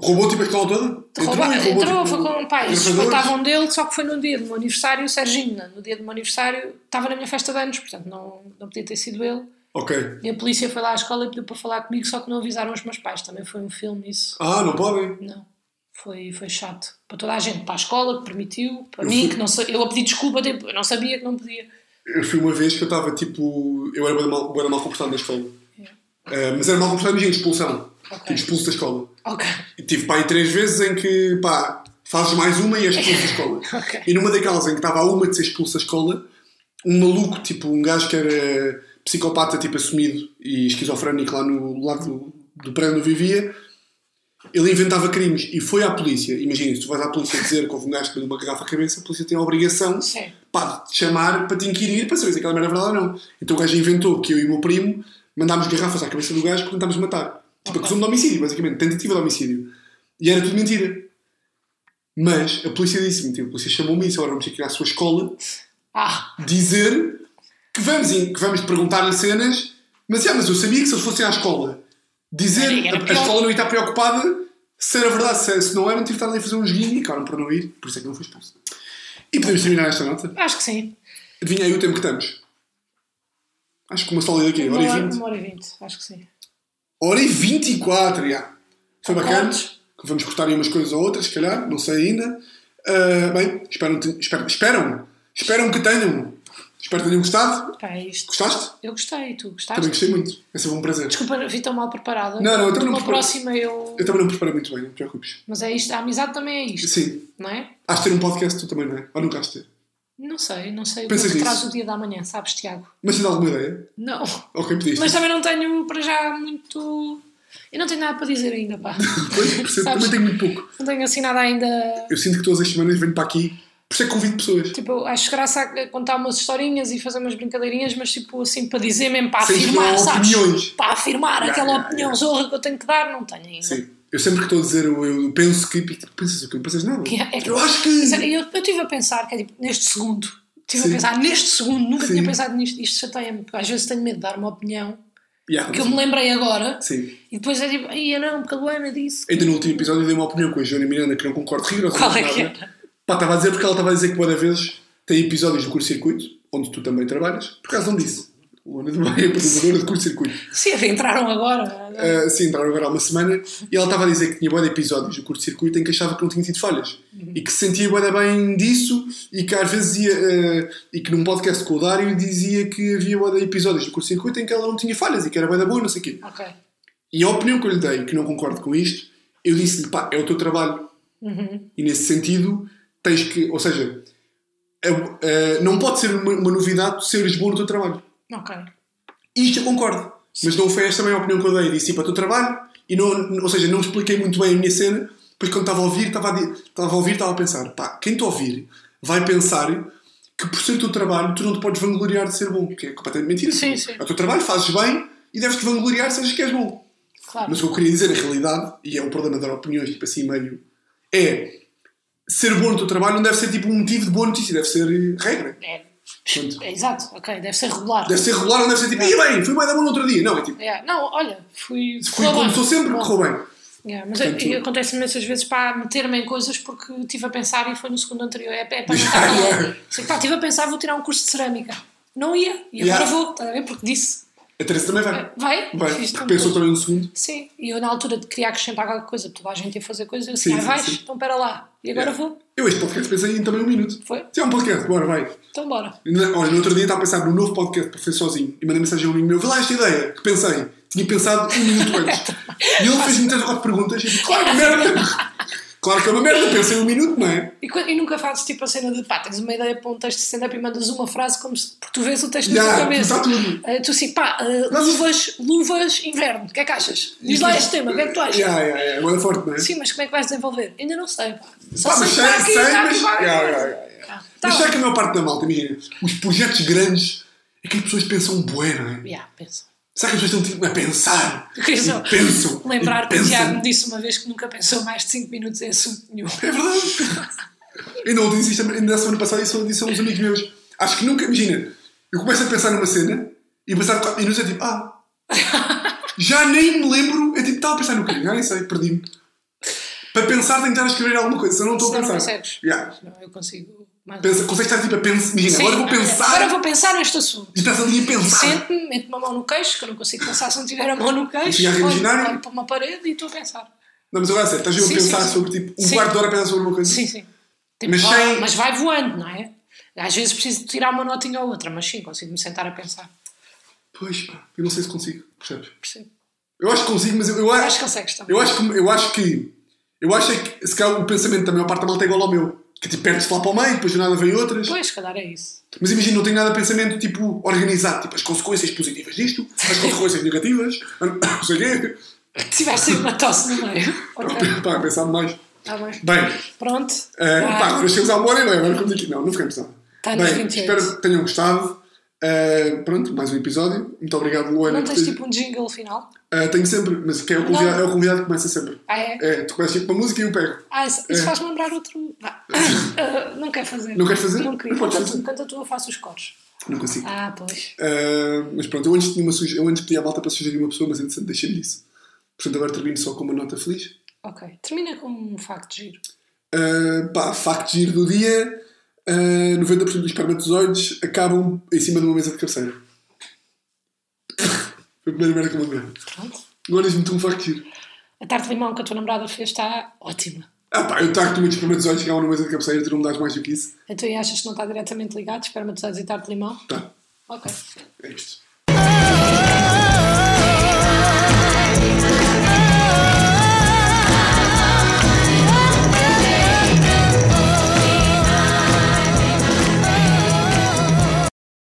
Roubou tipo a escola toda? Rouba- e roubou, Entrou, tipo, foi com um pai, eles gravadores? contavam dele, só que foi num dia do meu aniversário, o Serginho, né, no dia do meu aniversário, estava na minha festa de anos, portanto não, não podia ter sido ele. Ok. E a polícia foi lá à escola e pediu para falar comigo, só que não avisaram os meus pais, também foi um filme isso. Ah, não podem. Não, foi, foi chato. Para toda a gente, para a escola que permitiu, para Eu mim, fui- que não sei, eu a pedir desculpa, tipo, eu não sabia que não podia. Eu fui uma vez que eu estava tipo. Eu era bué mal, bué mal comportado na escola. Eh, mas era mal comportado, imagina, expulsão. Ok. Tipo, expulso da escola. Ok, E tive pá, aí três vezes em que pá, fazes mais uma e és expulso da escola. Ok. E numa daquelas em que estava a uma de ser expulso da escola, um maluco, tipo um gajo que era psicopata, tipo assumido e esquizofrénico lá no lado do, do prédio onde eu vivia, ele inventava crimes e foi à polícia. Imagina, se tu vais à polícia dizer que houve um gajo que deu uma garrafa à cabeça, a polícia tem a obrigação sério. pá, de te chamar para te inquirir para saber se aquela merda é verdade ou não. Então o gajo inventou que eu e o meu primo mandámos garrafas à cabeça do gajo porque tentámos matar. Tipo, Ok. acusou-me de homicídio, basicamente, tentativa de homicídio. E era tudo mentira. Mas a polícia disse-me, tipo, a polícia chamou-me e disse, agora vamos aqui à sua escola Ah, dizer que vamos, in- que vamos perguntar-lhe cenas, mas, já, mas eu sabia que se eles fossem à escola dizer Era- era a- a, pior. escola não ia estar preocupada se era verdade, se, se não era, não tive estado ali a fazer um joguinho e acabaram por não ir, por isso é que não fui expulso. E podemos terminar esta nota. acho que sim. Adivinha aí o tempo que estamos. Acho que uma sólida aqui, hora Uma e hora, 20. uma hora e vinte, acho que sim. Hora e 24, já. Foi bacana. Concordes? Vamos cortar aí umas coisas ou outras, se calhar, não sei ainda. Ah, bem, esperam, esperam, esperam, esperam que tenham. Espero que tenham gostado. Pá, é isto. Gostaste? Eu gostei, tu gostaste? Também gostei muito. É sempre um prazer. Desculpa, vi tão mal preparada. Não, não, eu também não Numa preparo- próxima eu. Eu também não me preparei muito bem, não te preocupes. Mas é isto, a amizade também é isto, Sim. não é? Has de ter um podcast tu também, não é? Ou nunca has de ter? Não sei, não sei o que Pensa é que nisso. traz o dia da manhã, sabes, Tiago? Mas tens alguma ideia? Não. Ok, pediste. Mas também não tenho para já muito. Eu não tenho nada para dizer ainda, pá. Pois, percebo, Sabes? também tenho muito pouco. Não tenho assim nada ainda. Eu sinto que todas as semanas venho para aqui. Por isso é que convido pessoas. Tipo, eu acho graça a contar umas historinhas e fazer umas brincadeirinhas, mas tipo assim, para dizer mesmo, para Sem afirmar, dar sabes? opiniões. Para afirmar Ya, aquela ya, opinião ya. zorra que eu tenho que dar, não tenho ainda. Sim. Eu sempre que estou a dizer eu, eu penso que. e tu Pensas o quê? Não pensas nada? Que é- é que- eu acho que. Sério, Eu eu estive a pensar, que é tipo, neste segundo, estive Sim. a pensar neste segundo, nunca Sim. tinha pensado nisto, isto chateia-me, porque às vezes tenho medo de dar uma opinião Yeah, que eu me lembrei agora. Sim. E depois é tipo, ai, eu não, porque a Luana disse. Ainda no último episódio eu dei uma opinião com a Joana Miranda que não concordo rigorosamente. Qual é com que nada. era? Pá, estava a dizer porque ela estava a dizer que boa vezes tem episódios do curto-circuito, onde tu também trabalhas, por causa disso. Luana do Meio é apresentadora de curto-circuito. Sim, entraram agora. Uh, sim, entraram agora há uma semana e ela estava a dizer que tinha boa episódios do curto-circuito em que achava que não tinha tido falhas e que se sentia bué da bem disso e que às vezes ia uh, e que num podcast com o Dário dizia que havia boa episódios do curto-circuito em que ela não tinha falhas e que era bué da boa, não sei o quê. Ok. E a opinião que eu lhe dei, que não concordo com isto, eu disse-lhe, pá, é o teu trabalho. E nesse sentido, tens que, ou seja, é, uh, não pode ser uma, uma novidade tu seres bom no teu trabalho. Ok. Isto eu concordo. Mas não foi esta bem a opinião que eu dei. Disse, para o teu trabalho. E não, ou seja, não expliquei muito bem a minha cena. Depois, quando estava a ouvir, estava a, di- estava a ouvir, estava a pensar, pá, quem te ouvir vai pensar que por ser o teu trabalho tu não te podes vangloriar de ser bom. Que é completamente mentira. Sim, sim. É o teu trabalho, fazes bem e deves-te vangloriar se achas que és bom. Claro. Mas o que eu queria dizer, na realidade, e é um problema de dar opiniões, tipo assim, meio. É. Ser bom no teu trabalho não deve ser tipo um motivo de boa notícia, deve ser eh, regra. É, Pronto. é exato, ok. Deve ser regular. Deve ser regular, não deve ser tipo, e bem, fui mais da boa no outro dia. Não, é tipo, É, Não, olha, fui. fui como sou sempre, Bom. correu bem. Yeah, mas Portanto- eu- eu- acontece imensas vezes para meter-me em coisas porque estive a pensar e foi no segundo anterior. É, é para Yeah, juntar valor. yeah. Sei que, pá, estive a pensar, vou tirar um curso de cerâmica. Não ia, e Yeah. agora vou, estás a ver? Porque disse. A Teresa também vai. Vai, Vai, fiz porque tanto. pensou também no segundo. Sim, e eu na altura de queria acrescentar qualquer coisa, porque toda a gente ia fazer coisas, eu disse, Sim, ah, sim, vais, sim. então pera lá, e agora Yeah. vou, Eu este podcast pensei em também um minuto. Foi? Se é um podcast, bora, vai. então bora. Na- Olha, no outro dia estava a pensar num novo podcast para fazer sozinho e mandei mensagem a um amigo meu, vê lá esta ideia, que pensei. Tinha pensado um minuto antes. e ele fez-me três ou quatro perguntas e eu disse, claro, que é uma merda. claro que é uma merda, pensei um minuto, não é? E, quando- e nunca fazes tipo a cena de pá, tens uma ideia para um texto de stand-up e mandas uma frase como se, porque tu vês o texto na Já, tua cabeça. está tudo. Ah, tu assim, pá, ah, Mas- luvas, luvas, inverno, o que é que achas? Diz lá este tema, o que é que tu achas? Yeah, yeah, yeah. Agora é forte, não é? Sim, mas como é que vais desenvolver? Ainda não sei, pá. Pá, mas sei, está aqui, sei, está aqui, mas. vai. Yeah, yeah, yeah, yeah. Tá Mas bom. será que a maior parte da malta, imagina, os projetos grandes é que as pessoas pensam bué, não é? Yeah, pensa. Será que as pessoas estão tipo a pensar? Eu queria só E pensam. Lembrar e que o pensam. Tiago me disse uma vez que nunca pensou mais de 5 minutos em assunto nenhum. É verdade. ainda ontem disse isto, ainda na semana passada isso eu disse a uns amigos meus. Acho que nunca, imagina, eu começo a pensar numa cena e passar 4 minutos é tipo, ah. Já nem me lembro, é tipo, estava a pensar no quê? Já nem sei, perdi-me. Para pensar, tenho que estar a escrever alguma coisa, senão não estou a Senão não pensar. consegues. Yeah. Não, eu consigo. Mas... Pensa, consegues estar tipo a pensar, imagina, Sim, agora vou pensar Agora vou pensar neste assunto. e estás ali a pensar. Sente-me, meto-me a mão no queixo, que eu não consigo pensar se não tiver a mão no queixo. Cigarro olho- imaginário? olho para uma parede e estou a pensar. Não, mas agora é sério, estás Sim, eu a pensar sim, sim. sobre tipo, um Sim. quarto de hora a pensar sobre uma coisa. Sim, sim. Tipo, Mas vai- mas, sem- vai voando, não é? Às vezes preciso tirar uma notinha ou outra, mas sim, consigo-me sentar a pensar. Pois pá, eu não sei se consigo, percebes? Percebo. Eu acho que consigo, mas eu, eu Acho acho. que consegues também. Eu acho que. Eu acho que. Eu acho é que se calhar o pensamento da maior parte da malta é igual ao meu. Que tipo, perdes-te lá para o meio, depois do nada vem outras. Pois, se calhar é isso. Mas imagina, não tenho nada de pensamento tipo organizado. Tipo, as consequências positivas disto, as consequências negativas, não sei o quê. Tiveste aí uma tosse no meio. Ok, Pá, pensar mais. está bem. Bem, Pronto. eh, Vá. pá, agora chegamos à uma hora e meia, agora ficamos aqui. Não, não ficamos nada. Tá nos Bem, 28. espero que tenham gostado. Eh, pronto, mais um episódio. Muito obrigado, Luana. Não por tens teres- tipo um jingle final? Eh, tenho sempre, mas quem é o convidado, é o convidado que começa sempre. Ah, é? É, tu começas tipo uma música e eu pego. Ah, isso, isso faz-me lembrar outro. Vá. Ah, não quer fazer. É. Não queres fazer? Não queria. Não podes Enquanto- fazer. Enquanto a tua faço os cores. Não consigo. Ah, pois. Uh, mas pronto, eu antes, tinha uma suge- eu antes pedi à malta para sugerir uma pessoa, mas entretanto deixei-lhe isso. Portanto, agora termino só com uma nota feliz. Ok. Termina com um facto giro. Uh, pá, facto giro do dia: uh, 90% dos espermatozoides acabam em cima de uma mesa de cabeceira. Foi a primeira merda que eu me lembrei. Pronto. Agora diz-me tu um facto giro. A tarte de limão que a tua namorada fez está ótima. Ah pá, eu taco-te muitos espermatozoides que acabam numa mesa de cabeceira, tu não me dás mais do que isso. Então e achas que não está diretamente ligado? Espera-me a tarte de limão? Tá, Ok. é isto. Thank